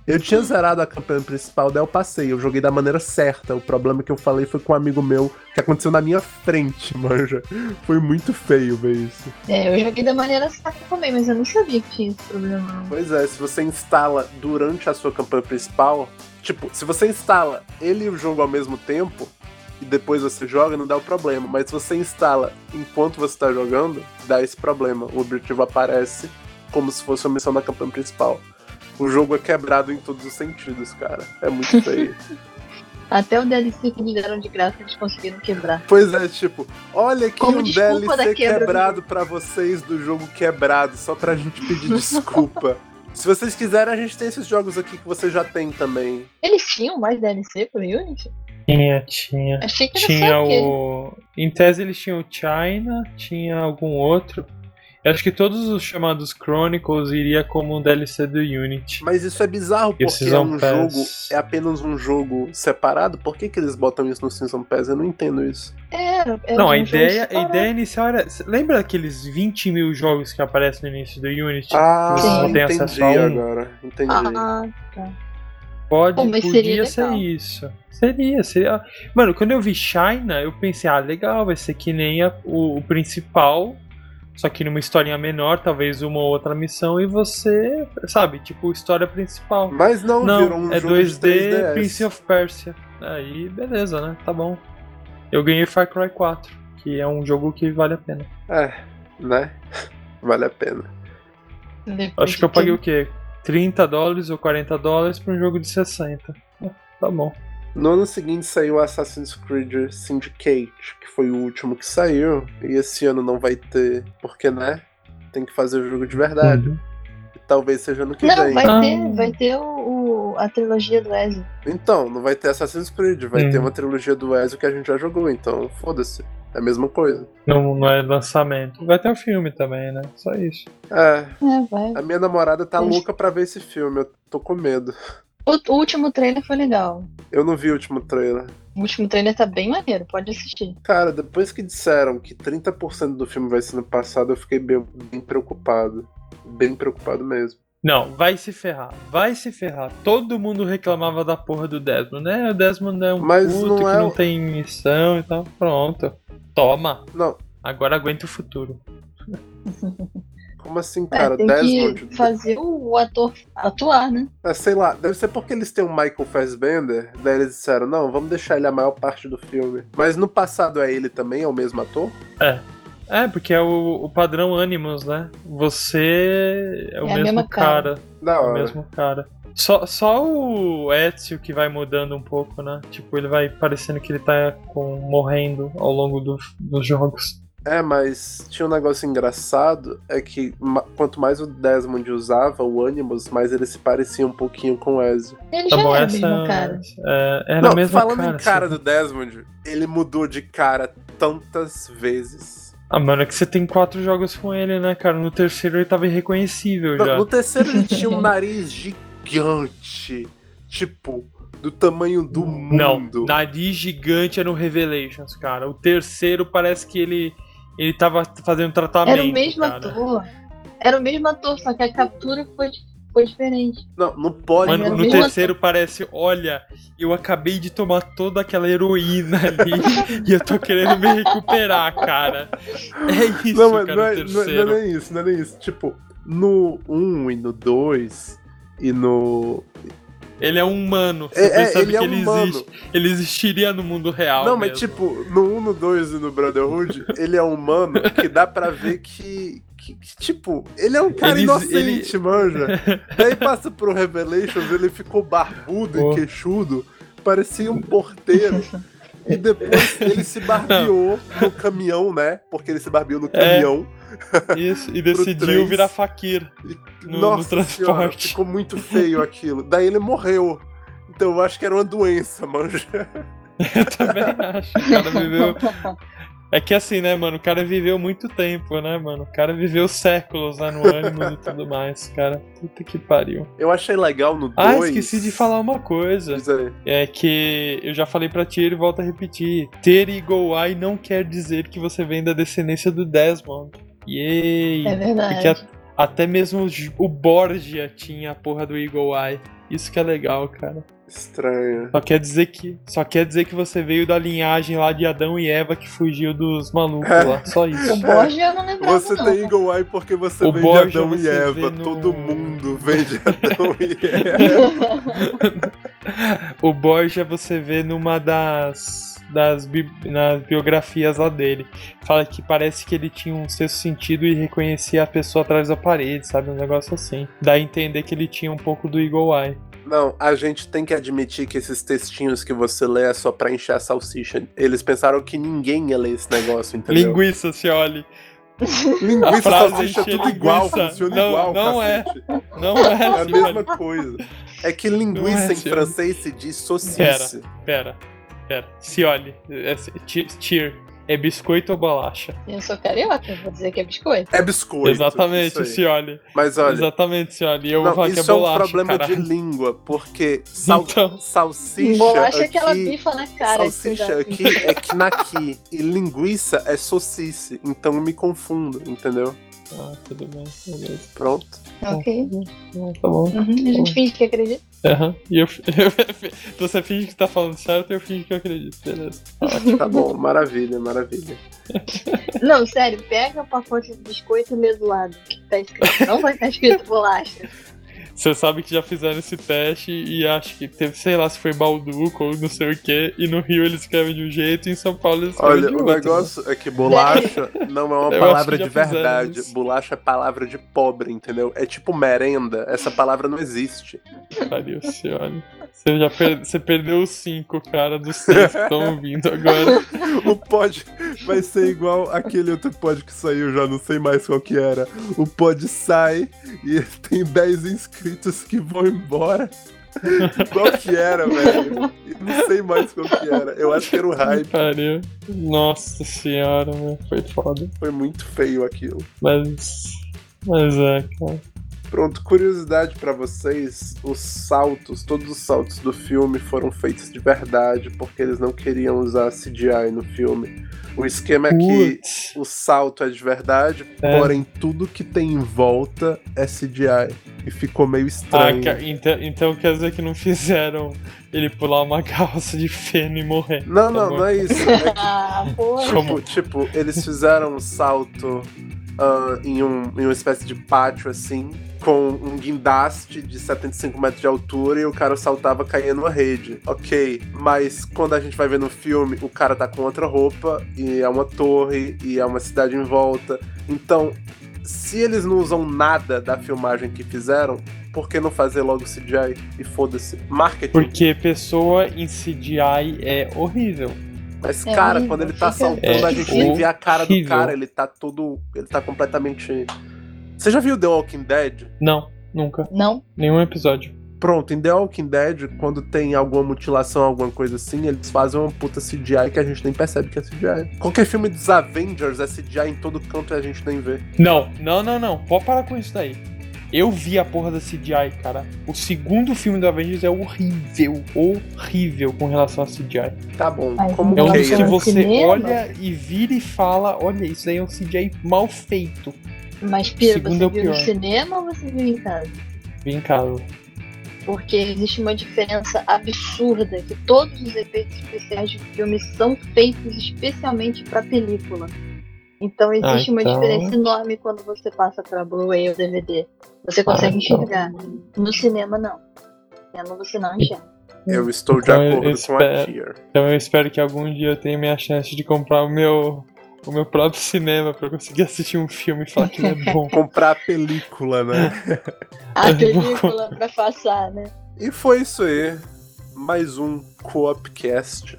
A: Eu tinha zerado a campanha principal, daí eu passei. Eu joguei da maneira certa. O problema que eu falei foi com um amigo meu, que aconteceu na minha frente, manja. Foi muito feio ver isso.
C: É, eu joguei da maneira certa também, mas eu não sabia que tinha esse problema. não.
A: Pois é, se você instala durante a sua campanha principal, tipo, se você instala ele e o jogo ao mesmo tempo, e depois você joga, não dá o problema. Mas se você instala enquanto você tá jogando, dá esse problema. O objetivo aparece como se fosse uma missão da campanha principal. O jogo é quebrado em todos os sentidos, cara. É muito feio.
C: Até o DLC que me deram de graça eles conseguiram quebrar.
A: Pois é, tipo, olha aqui
C: Como
A: um
C: desculpa
A: DLC
C: da quebra do
A: quebrado pra vocês do jogo quebrado, só pra gente pedir desculpa. Se vocês quiserem, a gente tem esses jogos aqui que você já tem também.
C: Eles tinham mais DLC pro Unity?
B: Tinha, tinha.
C: Achei que era
B: Tinha
C: só aquele.
B: o. Em tese eles tinham o China, tinha algum outro. Eu acho que todos os chamados Chronicles iria como um DLC do Unity.
A: Mas isso é bizarro, porque
B: Esses
A: é
B: são
A: um
B: pés.
A: jogo, é apenas um jogo separado. Por que, que eles botam isso no Season Pass? Eu não entendo isso.
C: Era, era
B: Não,
C: um
B: a
C: jogo
B: ideia, a
C: separado.
B: ideia inicial era. cê Lembra aqueles 20 mil jogos que aparecem no início do Unity?
A: Ah,
C: Você só
B: tem
A: entendi
B: acesso a um.
A: agora. Entendi.
C: Ah,
B: Pode,
C: Pô, mas
B: podia
C: seria
B: ser
C: legal.
B: isso. Seria, seria. Mano, quando eu vi China, eu pensei, ah, legal, vai ser que nem a- o, o principal, Só que numa historinha menor, talvez uma ou outra missão, e você, sabe, tipo, história principal.
A: Mas não, virou
B: Não,
A: um
B: é
A: jogo
B: 2D
A: de 3DS.
B: Prince of Persia. Aí, beleza, né? Tá bom. Eu ganhei Far Cry 4, que é um jogo que vale a pena.
A: É, né? Vale a pena.
C: Depois
B: Acho que eu
C: de
B: paguei o quê? 30 dólares ou 40 dólares pra um jogo de 60. É, Tá bom.
A: No ano seguinte saiu Assassin's Creed Syndicate, que foi o último que saiu. E esse ano não vai ter, porque, né? Tem que fazer o jogo de verdade.
B: Uhum.
A: E talvez seja ano que
C: Não,
A: vem.
C: vai
B: Ah.
C: ter, vai ter o, o- a trilogia do Ezio.
A: Então, não vai ter Assassin's Creed, vai
B: Hum.
A: ter uma trilogia do Ezio que a gente já jogou, então foda-se. É a mesma coisa.
B: Não, não é lançamento. Vai ter um filme também, né? Só isso.
A: É,
C: É, vai.
A: a minha namorada tá
C: Mas-
A: louca pra ver esse filme, eu tô com medo.
C: O, o último trailer foi legal.
A: Eu não vi o último trailer.
C: O último trailer tá bem maneiro, pode assistir.
A: Cara, depois que disseram que 30% do filme vai ser no passado, eu fiquei bem, bem preocupado. Bem preocupado mesmo.
B: Não, vai se ferrar. Vai se ferrar. Todo mundo reclamava da porra do Desmond, né? O Desmond é um
A: Mas
B: puto
A: não
B: que
A: é
B: não
A: o-
B: tem missão e tal. Pronto. Toma.
A: Não,
B: Agora aguenta o futuro.
A: como assim,
C: É,
A: cara?
C: tem
A: Desmond.
C: que fazer o, o ator atuar, né?
A: É, sei lá, deve ser porque eles têm o Michael Fassbender, daí eles disseram, não, vamos deixar ele a maior parte do filme. Mas no passado é ele também, é o mesmo ator?
B: É, porque é o, o padrão Animus, né? Você é o
C: É a
B: mesmo
C: mesma cara.
B: cara.
A: Da
B: É o
A: hora.
B: mesmo cara. Só, só o Ezio que vai mudando um pouco, né? Tipo, ele vai parecendo que ele tá com, morrendo ao longo do- dos jogos.
A: É, mas tinha um negócio engraçado, é que ma- quanto mais o Desmond usava o Animus, mais ele se parecia um pouquinho com o Ezio.
C: Ele
B: Tá
C: já
B: bom,
C: era
B: essa.
C: o mesmo cara.
B: É, era a
A: Não,
B: mesma
A: falando
B: cara.
A: em cara
B: assim.
A: do Desmond, ele mudou de cara tantas vezes.
B: Ah, mano, é que você tem quatro jogos com ele, né, cara? No terceiro ele tava irreconhecível
A: No,
B: já.
A: no terceiro ele tinha um nariz gigante, tipo, do tamanho do mundo.
B: Não, nariz gigante era no Revelations, cara. O terceiro parece que ele ele tava fazendo tratamento.
C: Era o mesmo
B: cara.
C: ator. Era o mesmo ator, só que a captura foi, foi diferente.
A: Não, não pode.
B: Mano,
C: Era
A: não
C: o
B: no
C: mesmo
B: terceiro parece, olha, eu acabei de tomar toda aquela heroína ali e eu tô querendo me recuperar, cara. É isso,
A: não, mas
B: cara,
A: não, é,
B: o
A: não, é-
B: terceiro.
A: não é nem isso, não é nem isso. Tipo, no 1 e no 2 e no.
B: Ele é um humano, você
A: É, é,
B: percebe
A: ele é
B: que ele
A: humano.
B: existe. Ele existiria no mundo real
A: não, mas
B: mesmo.
A: tipo, no 1, no 2 e no Brotherhood, ele é um humano que dá pra ver que. que- que, tipo, ele é um cara
B: Ele-
A: inocente, manja. Daí passa pro Revelations, ele ficou barbudo
B: Pô.
A: e queixudo, parecia um porteiro. E depois ele se barbeou no caminhão, né? Porque ele se barbeou
B: É,
A: no caminhão.
B: Isso, e
A: tipo, três.
B: decidiu virar faquir.
A: E,
B: No- no
A: Nossa senhora,
B: transporte.
A: ficou muito feio aquilo. Daí ele morreu. Então eu acho que era uma doença, manja.
B: Eu também acho. O cara viveu. É que assim, né, mano? O cara viveu muito tempo, né, mano? O cara viveu séculos lá no ânimo e tudo mais, cara. Puta que pariu.
A: Eu achei legal no 2.
B: Ah, esqueci de falar uma coisa.
A: Diz aí.
B: É que eu já falei pra ti e volta a repetir. Ter Eagle Eye não quer dizer que você vem da descendência do Desmond. Yay!
C: É verdade.
B: Porque a- até mesmo o G- o Borgia tinha a porra do Eagle Eye. Isso que é legal, cara.
A: Estranho.
B: Só quer dizer que só quer dizer que você veio da linhagem lá de Adão e Eva que fugiu dos malucos lá. Só
C: O
B: isso.
C: Borja eu não lembrava.
A: É, Você
C: não. né?
A: tem Eagle Eye porque você
B: O
A: vende
B: Borja
A: Adão e
B: você
A: Eva.
B: vê no-
A: Todo mundo vende Adão e
B: É.
A: Eva.
B: O Borgia você vê numa das das bi- nas biografias lá dele. Fala que parece que ele tinha um sexto sentido e reconhecia a pessoa atrás da parede, sabe? Um negócio assim. Dá a entender que ele tinha um pouco do Eagle Eye.
A: Não, a gente tem que admitir que esses textinhos que você lê é só pra encher a salsicha. Eles pensaram que ninguém ia ler esse negócio, entendeu?
B: Linguiça, se olhe.
A: Linguiça,
B: A frase
A: salsicha, é
B: encher
A: tudo igual,
B: linguiça.
A: funciona
B: Não,
A: igual.
B: não é.
A: cacete.
B: Não é,
A: É a
B: se olhe.
A: mesma coisa. É que
B: Não
A: linguiça
B: é,
A: em
B: senhor.
A: francês se diz saucisse.
B: Pera, pera. Se olhe. É, se- ti- Cheer. É biscoito ou bolacha?
C: Eu sou carioca, vou dizer que é biscoito.
A: É biscoito.
B: Exatamente,
A: isso aí.
B: se olhe.
A: Mas olha,
B: Exatamente, se olhe. Eu vou
A: não,
B: falar que é
A: isso é um
B: bolacha,
A: problema
B: caralho.
A: de língua, porque sal-
B: Então.
A: salsicha
C: Bolacha é aquela
A: aqui...
C: bifa na cara.
A: Salsicha
C: que assim,
A: aqui é knaki e linguiça é saucice, então eu me confundo, entendeu?
B: Ah, tudo bem, beleza.
A: Pronto.
C: Ok.
B: Não, tá bom.
C: Uhum, A gente finge que acredita.
B: Aham. E eu, você finge que tá falando certo e eu finge que eu acredito, beleza.
A: Tá bom, maravilha, maravilha.
C: Não, sério, pega o pacote de biscoito meduado que tá escrito. Não vai estar escrito bolacha.
B: Você sabe que já fizeram esse teste e acho que teve, sei lá, se foi Balduco ou não sei o que, e no Rio eles escrevem de um jeito e em São Paulo eles escrevem
A: Olha,
B: de
A: o
B: outro. né?
A: negócio é que bolacha não é uma
B: Eu
A: palavra
B: acho
A: de
B: que já fizeram
A: verdade.
B: isso.
A: Bolacha é palavra de pobre, entendeu? É tipo merenda. Essa palavra não existe.
B: né? Pariu, você olha. Você já per- você perdeu os cinco, cara, dos seis que estão vindo agora.
A: O pod vai ser igual aquele outro pod que saiu, já não sei mais qual que era. O pod sai e tem 10 inscritos que vão embora. Qual que era, velho? Não sei mais qual que era. Eu acho que era o hype.
B: Pariu. Nossa senhora, meu, foi foda.
A: Foi muito feio aquilo.
B: Mas. Mas é, cara.
A: Pronto, curiosidade pra vocês: os saltos, todos os saltos do filme foram feitos de verdade, porque eles não queriam usar CGI no filme. O esquema é que
B: Putz.
A: o salto é de verdade,
B: É.
A: porém tudo que tem em volta é CGI. E ficou meio
B: Ah,
A: estranho.
B: ca- então, então quer dizer que não fizeram ele pular uma calça de feno e morrer.
A: não, não,
B: Tá bom.
A: não é isso. É que,
C: Ah, porra.
B: Como?
A: tipo, tipo, eles fizeram um salto ah, em, um, em uma espécie de pátio assim, com um guindaste de 75 metros de altura e o cara saltava caindo numa rede. Ok, mas quando a gente vai ver no filme, o cara tá com outra roupa e é uma torre e é uma cidade em volta. Então, se eles não usam nada da filmagem que fizeram, por que não fazer logo CGI e foda-se? Marketing.
B: Porque pessoa em CGI é horrível.
A: Mas,
C: É
A: cara,
C: horrível,
A: quando ele tá
C: fica-
A: saltando, a
B: É
A: gente nem vê a cara do
B: horrível.
A: cara, ele tá todo. Ele tá completamente. Você já viu The Walking Dead?
B: Não, nunca.
C: Não.
B: Nenhum episódio.
A: Pronto, em The Walking Dead, quando tem alguma mutilação, alguma coisa assim, eles fazem uma puta CGI que a gente nem percebe que é CGI. Qualquer filme dos Avengers é CGI em todo canto e a gente nem vê.
B: Não, não, não, não. Pode parar com isso daí. Eu vi a porra da CGI, cara. O segundo filme do Avengers é horrível. Horrível com relação a CGI.
A: Tá bom,
C: Ai,
A: como né?
B: É um
C: Não,
B: dos que
C: não,
A: queira.
C: não.
B: você
C: cinema?
B: olha e vira e fala: olha, isso daí é um CGI mal feito.
C: Mas, Pira,
B: Segundo
C: você
B: é o
C: viu no
B: pior.
C: cinema ou você viu em casa?
B: Vem cá, Lu.
C: Porque existe uma diferença absurda que todos os efeitos especiais de filmes são feitos especialmente para película. Então existe
B: Ah,
C: uma
B: então-
C: diferença enorme quando você passa para Blu-ray ou DVD. Você consegue
B: Ah, então.
C: enxergar. No cinema não. É, No cinema você não enxerga.
A: Eu estou de
B: Então, eu
A: acordo com a
B: espero-
A: Tier.
B: Então eu espero que algum dia eu tenha minha chance de comprar o meu, o meu próprio cinema pra eu conseguir assistir um filme e falar que ele é bom.
A: Comprar a película, né?
C: A
B: Eu vou-
C: película para passar, né?
A: E foi isso aí. Mais um Co-opcast.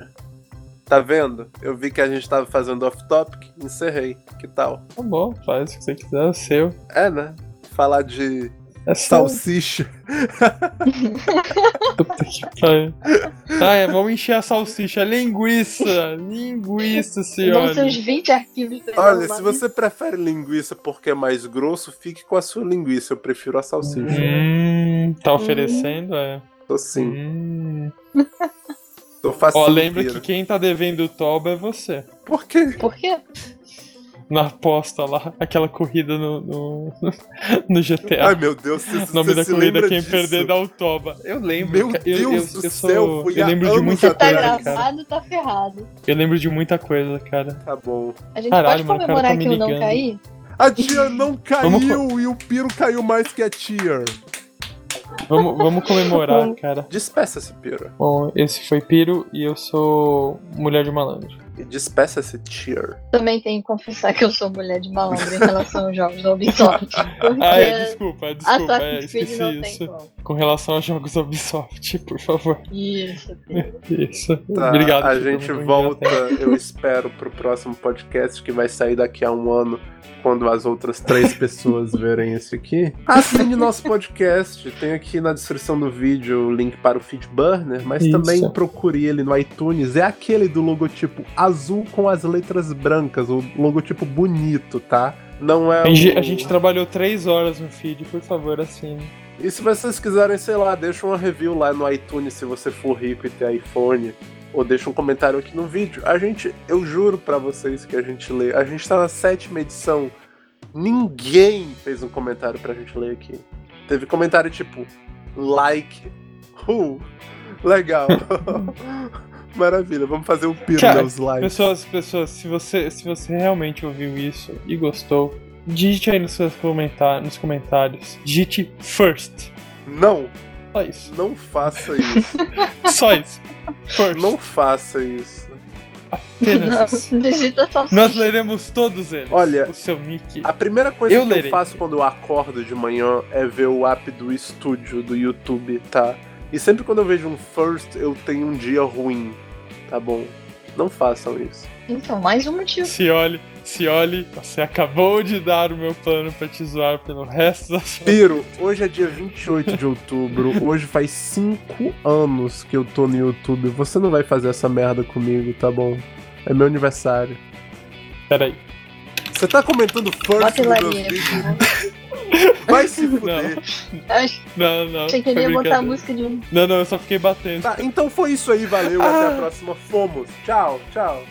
A: Tá vendo? Eu vi que a gente tava fazendo off-topic, encerrei. Que tal?
B: Tá bom, faz o que você quiser, é o seu.
A: É, né? Falar de
B: É seu.
A: salsicha.
B: Puta que pariu. Ah, é, vamos encher a salsicha. Linguiça! Linguiça,
C: Vão ser
B: senhora!
C: uns 20 arquivos pra
A: Olha,
C: salvar.
A: se você prefere linguiça porque é mais grosso, fique com a sua linguiça. Eu prefiro a salsicha.
B: Hum, tá oferecendo? É.
A: Tô sim.
B: Hum.
A: Tô fácil.
B: Ó, lembra que quem tá devendo o toba é você.
A: Por quê?
C: Por quê?
B: Na aposta lá, aquela corrida no, no, no
A: Ai,
B: GTA.
A: meu Deus, se
B: O É nome
A: você
B: da
A: se
B: corrida
A: lembra
B: é quem
A: disso?
B: perder dá o toba. Eu lembro.
A: Meu
B: cara. Eu- eu-
A: Deus
B: eu
A: do
B: sou-
A: céu, foi
B: eu
A: há
B: lembro de
A: anos
B: muita
C: Você tá
A: atrás,
B: coisa, é, cara.
C: gravado, tá ferrado.
B: Eu lembro de muita coisa, cara.
A: Tá bom.
C: A gente
B: Caralho,
C: pode
B: mano, o cara
C: comemorar
B: tá me
C: que eu não
B: ligando.
C: caí?
A: A Tia não
B: Vamos
A: caiu e o Piro caiu mais que a Tia.
B: Vamos, vamos comemorar, cara.
A: Despeça-se, Piro.
B: Bom, esse foi Piro e eu sou mulher de malandro.
A: E despeça-se, Tier.
C: Também tenho que confessar que eu sou mulher de malandro em relação aos jogos da Ubisoft. Porque
B: Ah, é, desculpa, desculpa, é,
C: Assassin's Creed
B: esqueci
C: não tem
B: isso.
C: como.
B: Com relação aos jogos Ubisoft, por favor.
C: Isso.
B: Isso.
A: Tá,
B: Obrigado.
A: A
B: Chico,
A: gente
B: muito
A: volta,
B: obrigado.
A: eu espero, pro próximo podcast que vai sair daqui a um ano, quando as outras três pessoas verem isso aqui. Assine nosso podcast. Tem aqui na descrição do vídeo o link para o Feedburner, mas
B: Isso.
A: também procure ele no iTunes. É aquele do logotipo azul com as letras brancas, o logotipo bonito, tá? Não é
B: A gente,
A: o-
B: a gente trabalhou três horas no feed, por favor, assim. assine.
A: E se vocês quiserem, sei lá, deixa uma review lá no iTunes se você for rico e ter iPhone. Ou deixa um comentário aqui no vídeo. A gente, eu juro pra vocês que a gente lê. A gente tá na sétima edição Ninguém fez um comentário pra gente ler aqui. Teve comentário tipo, like, who? Legal. Maravilha, vamos fazer um pino
B: Cara,
A: nos likes.
B: Pessoas, pessoas, se você, se você realmente ouviu isso e gostou, digite aí nos seus comentários, nos comentários. Digite first.
A: Não,
B: Só isso.
A: não faça isso.
B: Só isso. First.
A: não faça isso.
B: Apenas isso.
C: Digita só
B: Nós leremos todos eles.
A: Olha,
B: O seu nick.
A: A primeira coisa
B: Eu
A: que
B: lerei.
A: eu faço quando eu acordo de manhã é ver o app do estúdio do YouTube, tá? E sempre quando eu vejo um first, eu tenho um dia ruim, tá bom? Não façam isso.
C: Então, mais um motivo.
B: Se olhe, se olhe. Você acabou de dar o meu plano pra te zoar pelo resto da sua
A: Piro, hoje é dia 28 de outubro, hoje faz 5 anos que eu tô no YouTube. Você não vai fazer essa merda comigo, tá bom? É meu aniversário.
B: Peraí.
A: Você tá comentando first
C: Bota
A: no meu
C: hilaria.
A: vídeo? Vai se fuder.
C: Eu achei
B: Não, não.
C: que
B: foi
C: ele ia botar
B: brincadeira.
C: a música de um
B: Não, não, eu só fiquei batendo. Ah.
A: Tá, então foi isso aí, valeu, até a próxima. Fomos. Tchau, tchau.